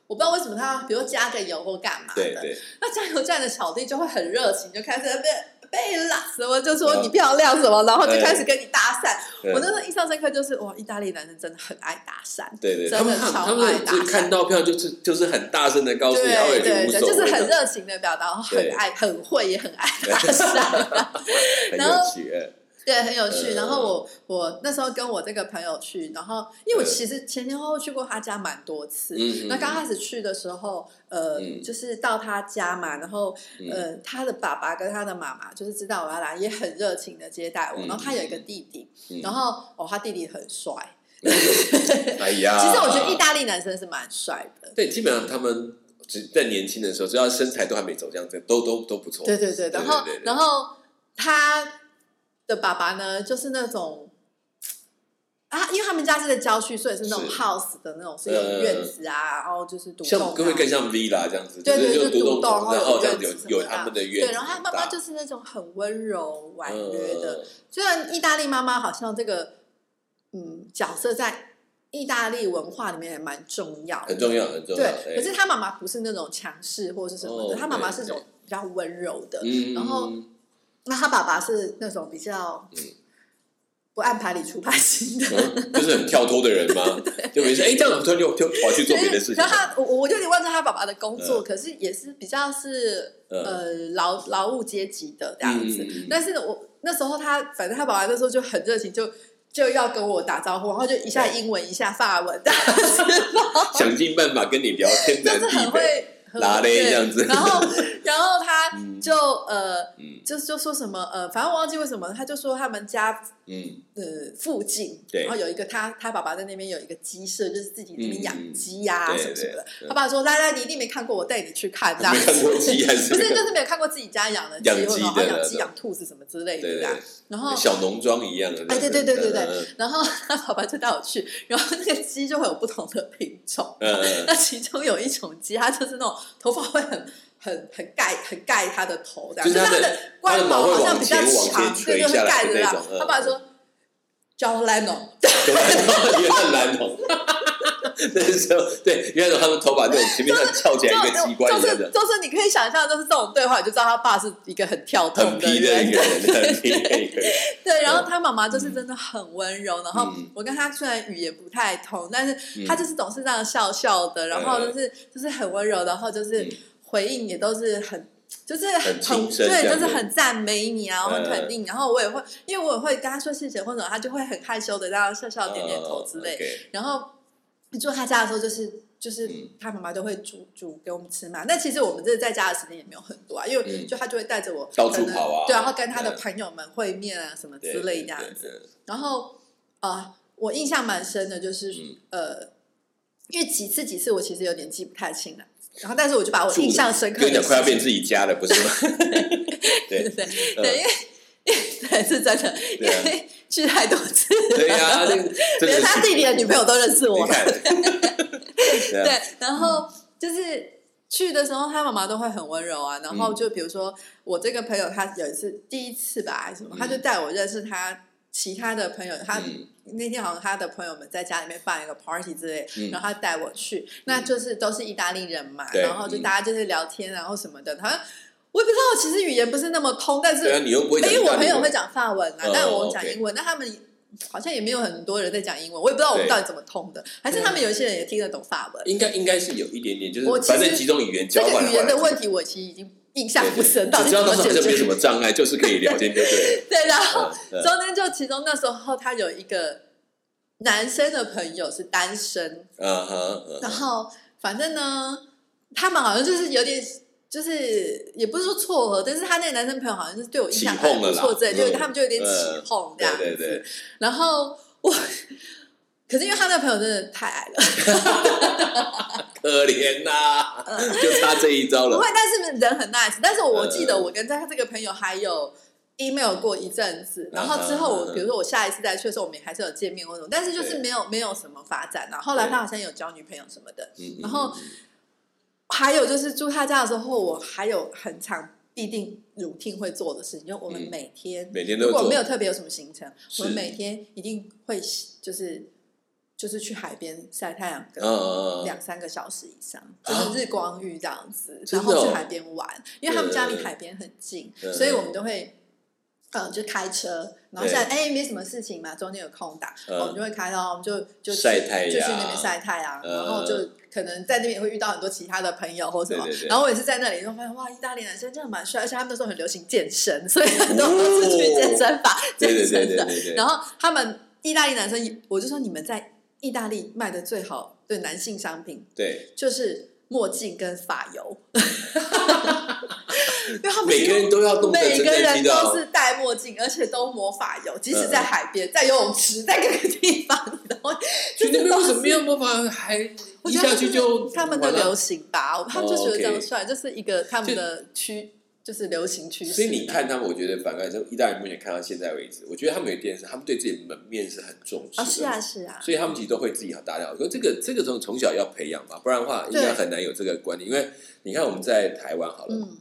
B: 我不知道为什么他，比如加个油或干嘛的，
A: 对对，
B: 那加油站的小弟就会很热情，就开始在那边贝拉什么，就说你漂亮什么，然后就开始跟你搭讪。
A: 嗯
B: 我那时候印象深刻就是，哇，意大利男人真的很爱搭讪，
A: 对对，
B: 真
A: 他
B: 的
A: 们他
B: 超
A: 们他
B: 爱
A: 们
B: 搭
A: 就
B: 讪
A: 看到票就是就是很大声的告诉你，然后
B: 对
A: 也
B: 对
A: 无
B: 对，
A: 所
B: 就是
A: 谓
B: 很
A: 的，
B: 热情的表达，然后很
A: 对
B: 爱很会也很爱搭讪， <laughs>
A: 很
B: 然后
A: 有趣，哎
B: 对，很有趣。
A: 嗯
B: 然后我我那时候跟我这个朋友去，然后因为我
A: 嗯
B: 其实前前后后去过他家蛮多次，
A: 嗯，
B: 那刚开始去的时候，呃，
A: 嗯
B: 就是到他家嘛，然后
A: 嗯
B: 呃，他的爸爸跟他的妈妈就是知道我要来，也很热情的接待我。
A: 嗯
B: 然后他有一个弟弟，
A: 嗯
B: 然后哦，他弟弟很帅。
A: 哎呀，
B: 其实我觉得意大利男生是蛮帅的。
A: 对，基本上他们只在年轻的时候，只要身材都还没走这样子，都都都不错，
B: 对对对，然后
A: 对对对
B: 然后他的爸爸呢，就是那种。啊，因为他们家是在郊区，所以是那种
A: 是呃
B: house 的那种，是有院子啊，然后就是独栋
A: 像
B: 啊，
A: 会更像 V 啦这样子，
B: 对
A: 就是
B: 对
A: 就
B: 就
A: 栋
B: 独栋
A: 房子，然
B: 然后
A: 后
B: 有
A: 这样子
B: 院子
A: 有有
B: 什么
A: 他们的院
B: 对，
A: 子很大，
B: 然后他妈妈就是那种很温柔婉约的，
A: 嗯，
B: 虽然意大利妈妈好像这个嗯角色在意大利文化里面也蛮重要的
A: 很重要很重要，哎
B: 对，可是她妈妈不是那种强势或是什么
A: 哦
B: 的，她妈妈
A: 对
B: 是种比较温柔的，
A: 嗯，
B: 然后
A: 嗯
B: 那她爸爸是那种比较
A: 嗯
B: 不按牌理出牌型的。
A: 嗯就是很跳脱的人
B: <laughs>
A: 嘛，就没事，哎，这样我突然就就跑去做别的事情啊
B: 然，后他，我我有点忘记他爸爸的工作，
A: 嗯
B: 可是也是比较是
A: 嗯，
B: 呃劳劳务阶级的这样子。
A: 嗯嗯嗯
B: 但是我那时候他，反正他爸爸那时候就很热情，就就要跟我打招呼，然后就一下英文一下法文， <laughs> 但
A: 想尽办法跟你聊天
B: 就
A: 南
B: 是
A: 地
B: 很
A: 北，
B: 会很
A: 拉勒
B: 对
A: 这样子
B: 然后然后他
A: 嗯
B: 就呃，
A: 嗯
B: 就就说什么呃，反正我忘记为什么，他就说他们家
A: 嗯
B: 呃附近，
A: 对
B: 然后有一个他他爸爸在那边有一个鸡舍，就是自己这边
A: 嗯嗯嗯
B: 养鸡呀、
A: 对
B: 什么什么的
A: 对。
B: 他爸说：“来来，你一定没看过，我带你去看。”
A: <laughs>
B: 这样
A: 没
B: 子，
A: 看过鸡还是
B: 不是就是没有看过自己家
A: <laughs>
B: 养的鸡，
A: 养
B: 或者
A: 鸡的
B: 然后养鸡、
A: 对
B: 养兔子什么之类的
A: 对
B: 这
A: 对
B: 样。然后
A: 对，小农庄一样的，
B: 哦哎对对对对对
A: 嗯
B: 然后他爸爸就带我去，然后那个鸡就会有不同的品种。
A: 嗯
B: <laughs>
A: 嗯
B: 那其中有一种鸡，它就是那种头发会很很很盖很盖它的头，这样
A: 就是它
B: 它
A: 的
B: 的官
A: 它的毛会
B: 毛好像
A: 往
B: 比较
A: 前往前
B: 长，
A: 垂
B: 对对，
A: 下来
B: 会盖
A: 的那
B: 着这样
A: 种嗯
B: 他爸说 John Lennon，
A: 原来也很难懂。那时候，对，原来他们头把那种前面上翘起来一个机关
B: 就
A: 一样
B: 是
A: 的，
B: 就是你可以想象，就是这种对话，你就知道他爸是一个很跳
A: 很
B: 动
A: 皮的
B: 人
A: 一。个人，很皮的一个人。
B: 对，然后他妈妈就是真的很温柔，然后
A: 嗯
B: 我跟他虽然语言不太通，但是
A: 嗯
B: 他就是总是这样笑笑的，然后就是就是很温柔，然后就是
A: 嗯
B: 回应也都是很。就是
A: 很
B: 很
A: 轻声这
B: 对，
A: 样
B: 就
A: 子
B: 是很赞美你啊，然后很肯
A: 嗯
B: 定，然后我也会，因为我也会跟他说谢谢或者他就会很害羞的这样笑笑点点头之类的。
A: 类。
B: 然后住他家的时候，就是就是
A: 嗯
B: 他妈妈都会煮煮给我们吃嘛。那其实我们这在家的时间也没有很多啊，因为
A: 嗯
B: 就他就会带着我
A: 到处
B: 可能
A: 跑啊
B: 对，然后跟他的
A: 嗯
B: 朋友们会面啊什么
A: 对
B: 之类这样子。
A: 子，
B: 然后啊、呃我印象蛮深的就是、
A: 嗯
B: 呃，因为几次几次我其实有点记不太清了，然后但是我就把我
A: 住
B: 印象深刻
A: 跟
B: 的
A: 你讲，
B: 事
A: 快要
B: 情
A: 变自己家了，不是吗？
B: 对
A: 对
B: 对对
A: 嗯
B: 对，因为。因为对，是真的，因
A: 对啊
B: 为去太多次，
A: 对呀，这个真的
B: <laughs> 连
A: 是
B: 他弟弟的女朋友都认识我
A: 你
B: 了。
A: 看，对啊
B: 对，然后就是去的时候，他妈妈都会很温柔啊。然
A: 嗯
B: 后就比如说，我这个朋友，他有一次第一次吧，还是什么，
A: 嗯
B: 他就带我认识他其他的朋友，他。
A: 嗯
B: 那天好像他的朋友们在家里面办一个 party 之类，
A: 嗯
B: 然后他带我去，那就是都是意大利人嘛，
A: 对
B: 然后就
A: 嗯
B: 大家就是聊天，然后什么的。好像我也不知道，其实语言不是那么通，但是
A: 对啊，你又不会
B: 因
A: 讲意
B: 为
A: 大利文，
B: 我朋友会讲法文啊
A: 哦，
B: 但我讲
A: OK
B: 英文，那他们好像也没有很多人在讲英文，我也不知道我们
A: 对嗯
B: 到底怎么通的，还是他们有一些人也听得懂法文。
A: 应该应该是有一点点，就
B: 我
A: 是
B: 其实
A: 反正几种语言
B: 这
A: 交
B: 个
A: 换
B: 语言的
A: 过来
B: 问题，我其实已经印象不
A: 对对
B: 深，到
A: 只
B: 底
A: 知道
B: 怎
A: 当时
B: 么
A: 好
B: 解
A: 像没什
B: 决？
A: 么障碍，就是可以聊天，就 <laughs> 对了。
B: 对，然后
A: 嗯嗯
B: 中间就其中那时候他有一个男生的朋友是单身，
A: 嗯哼，嗯
B: 然
A: 哼
B: 后反正呢，他们好像就是有点。就是也不是说撮合，但是他那个男生朋友好像是对我印象
A: 起哄
B: 很
A: 了
B: 不
A: 啦
B: 错之类，就是
A: 嗯
B: 他们就有点起
A: 嗯
B: 哄
A: 对
B: 这样子。
A: 对对，
B: 然后我， <laughs> 可是因为他那个朋友真的太矮
A: 嗯
B: 了，
A: 可怜呐、就差这一招
B: 呃不
A: 了
B: 会，。但是人很 nice。但是我
A: 嗯
B: 记得我跟他这个朋友还有 email 过一阵子，然后之
A: 嗯
B: 后
A: 嗯
B: 我
A: 嗯
B: 比如说我下一次再去的时候，我们也还是有见面或什么，但是就是
A: 对
B: 没有没有什么发展啊。后来
A: 对
B: 他好像有交女朋友什么的，
A: 嗯
B: 然后还有就是住他家的时候，我还有很常必定 routine 会做的事情，就我们
A: 嗯
B: 每天
A: 每天都
B: 如
A: 会
B: 果
A: 做
B: 没有特别有什么行程，
A: 是
B: 我们每天一定会就是就是去海边晒太阳
A: 嗯嗯嗯
B: 个两三个小时以上，就是日光浴这样子，
A: 真
B: 然
A: 的哦
B: 后去海边玩，因为他们家离海边很近，
A: 嗯
B: 所以我们都会。嗯，就开车，然后现在哎没什么事情嘛，中间有空档，
A: 嗯
B: 哦我们就会开到，我们就就去
A: 晒太阳
B: 就去那边晒太阳，
A: 嗯
B: 然后就可能在那边也会遇到很多其他的朋友或什么
A: 对对对，
B: 然后我也是在那里就发现哇，意大利男生真的蛮帅，而且他们那时候很流行健身，所以很多都是去健身房健
A: 哦对对对
B: 身
A: 对
B: 的，
A: 对对，
B: 然后他们意大利男生，我就说你们在意大利卖的最好的男性商品
A: 对，
B: 就是墨镜跟发油， <laughs> 因为他们
A: 每个人都要弄得
B: 每
A: 整
B: 个
A: 整齐
B: 人
A: 的
B: 都
A: 哦，
B: 是戴墨镜，而且都抹发油，即使
A: 嗯
B: 在海边、在游泳池、在各个地方，你
A: <laughs>
B: 都会。
A: 去那边
B: 这
A: 为
B: 都
A: 什
B: 是
A: 么没有办法还
B: 我
A: 一
B: 觉得
A: 下去就
B: 他们的
A: 完了
B: 流行吧，他们就觉得
A: 哦
B: 这
A: ，OK
B: 样帅，就是一个他们的趋，就是流行趋势。
A: 所以你看他们，我觉得反过来说，意大利目前看到现在为止，我觉得他们有一件事，他们对自己门面是很重视的。
B: 啊，是啊，是啊，
A: 所以他们其实都会自己打掉。可是这个这个从从小要培养吧，不然的话应该
B: 对
A: 很难有这个观念。因为你看我们在台湾好了，
B: 嗯，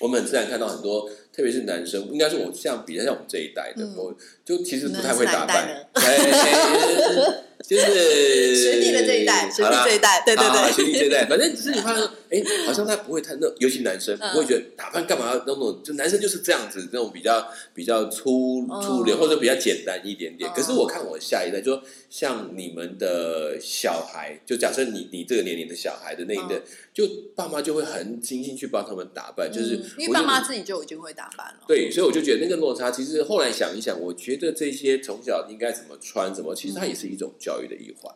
A: 我们很自然看到很多，特别是男生，应该是我像比较像我们这一代的，
B: 嗯
A: 我就其实
B: 你
A: 不
B: 们
A: 太会
B: 是
A: 打
B: 哪一代
A: 扮
B: 呢，
A: 哎就是
B: <laughs> 学弟的这一代，学弟这一代， <laughs> 对对
A: 呃好啦啊
B: 对，
A: 学弟这一代，反正只是你发现，哎，好像他不会太那，尤其男生
B: 嗯
A: 不会觉得打扮干嘛要那种，就男生就是这样子，那种比较比较粗
B: 哦
A: 粗流或者比较简单一点点。
B: 哦
A: 可是我看我下一代，就说像你们的小孩，就假设你你这个年龄的小孩的那一代
B: 嗯，
A: 就爸妈就会很精心去帮他们打扮，就是
B: 嗯因
A: 我
B: 为爸
A: 就
B: 妈自己就已经会打扮了。
A: 对，所以我就觉得那个落差，其实后来想一想，我觉得这些从小应该怎么穿，怎么，其实它也是一种教育的一环。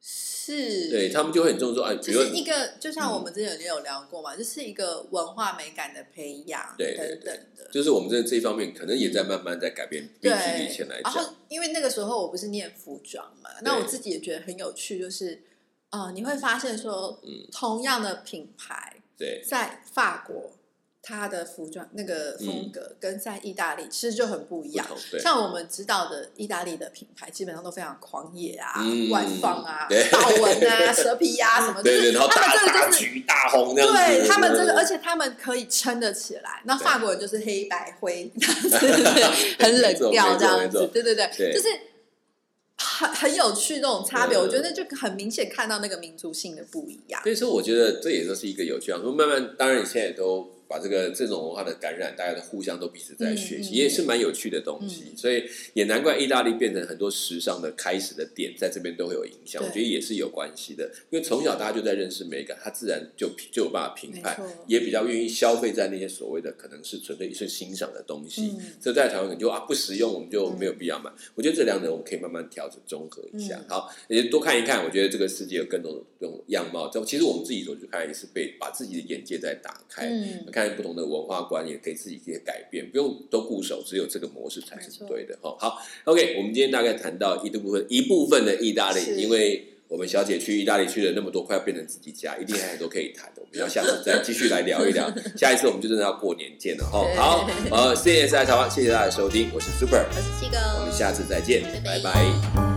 B: 是，
A: 对他们就会很重视说，哎，比
B: 就
A: 如
B: 是一个，就像
A: 嗯
B: 我们之前也有聊过嘛，就是一个文化美感的培养，
A: 对对
B: 等
A: 对
B: 等的。
A: 就是我们在这一方面可能也在慢慢在改变，比起以前来
B: 对，然
A: 讲，
B: 后因为那个时候我不是念服装嘛，那我自己也觉得很有趣，就是呃，你会发现说
A: 嗯，
B: 同样的品牌
A: 对
B: 在法国，它的服装那个风格跟在意大利其实就很不一
A: 不
B: 样。
A: 同，对，
B: 像我们知道的意大利的品牌，基本上都非常狂野啊、
A: 嗯
B: 外放啊
A: 对、
B: 豹
A: <laughs>
B: 纹啊、蛇皮啊什么，就
A: 对对，
B: 是
A: 然后
B: 他们
A: 大
B: 这个
A: 大
B: 就是
A: 橘大红那样子，
B: 对他们真的，而
A: 且
B: 且他们可以撑得起来。那
A: 对
B: 法国人就是黑白灰， <laughs> 很冷调这
A: 没
B: 样
A: 错没错
B: 子。对对对，
A: 对
B: 就是很很有趣这种差别。
A: 嗯
B: 我觉得就很明显看到那个民族性的不一样。
A: 所以说我觉得这也就是一个有趣啊，说慢慢，当然你现在都。把这个这种文化的感染，大家都互相都彼此在学习，
B: 嗯嗯嗯
A: 也是蛮有趣的东西，所以也难怪意大利变成很多时尚的开始的点，在这边都会有影响。我
B: 对
A: 觉得也是有关系的，因为从小大家就在认识美感，它自然就就有办法评
B: 没
A: 判
B: 错，，
A: 也比较愿意消费在那些所谓的可能是纯粹是欣赏的东西。
B: 嗯
A: 这在台湾可能就啊不实用，我们就没有必要买。我觉得这两者我们可以慢慢调整综合一下，
B: 嗯
A: 好，也多看一看。我觉得这个世界有更多的这种样貌。这其实我们自己走去看，也是被把自己的眼界在打开。
B: 嗯，
A: 看不同的文化观，也给自己一些改变，不用都固守，只有这个模式才
B: 没
A: 是
B: 错
A: 对的。哈，好，OK，我们今天大概谈到一部分一部分的意大利，
B: 是
A: 因为我们小姐去意大利去了那么多，快要变成自己家，一定还有很多可以谈的。我们要下次再继续来聊一
B: <laughs>
A: 聊，下一次我们就真的要过年见了。哦，
B: 对
A: 好，呃，谢谢大家，台湾，谢谢大家的收听，我是 Super，
B: 我是七哥，
A: 我们下次再见，
B: 拜
A: 拜拜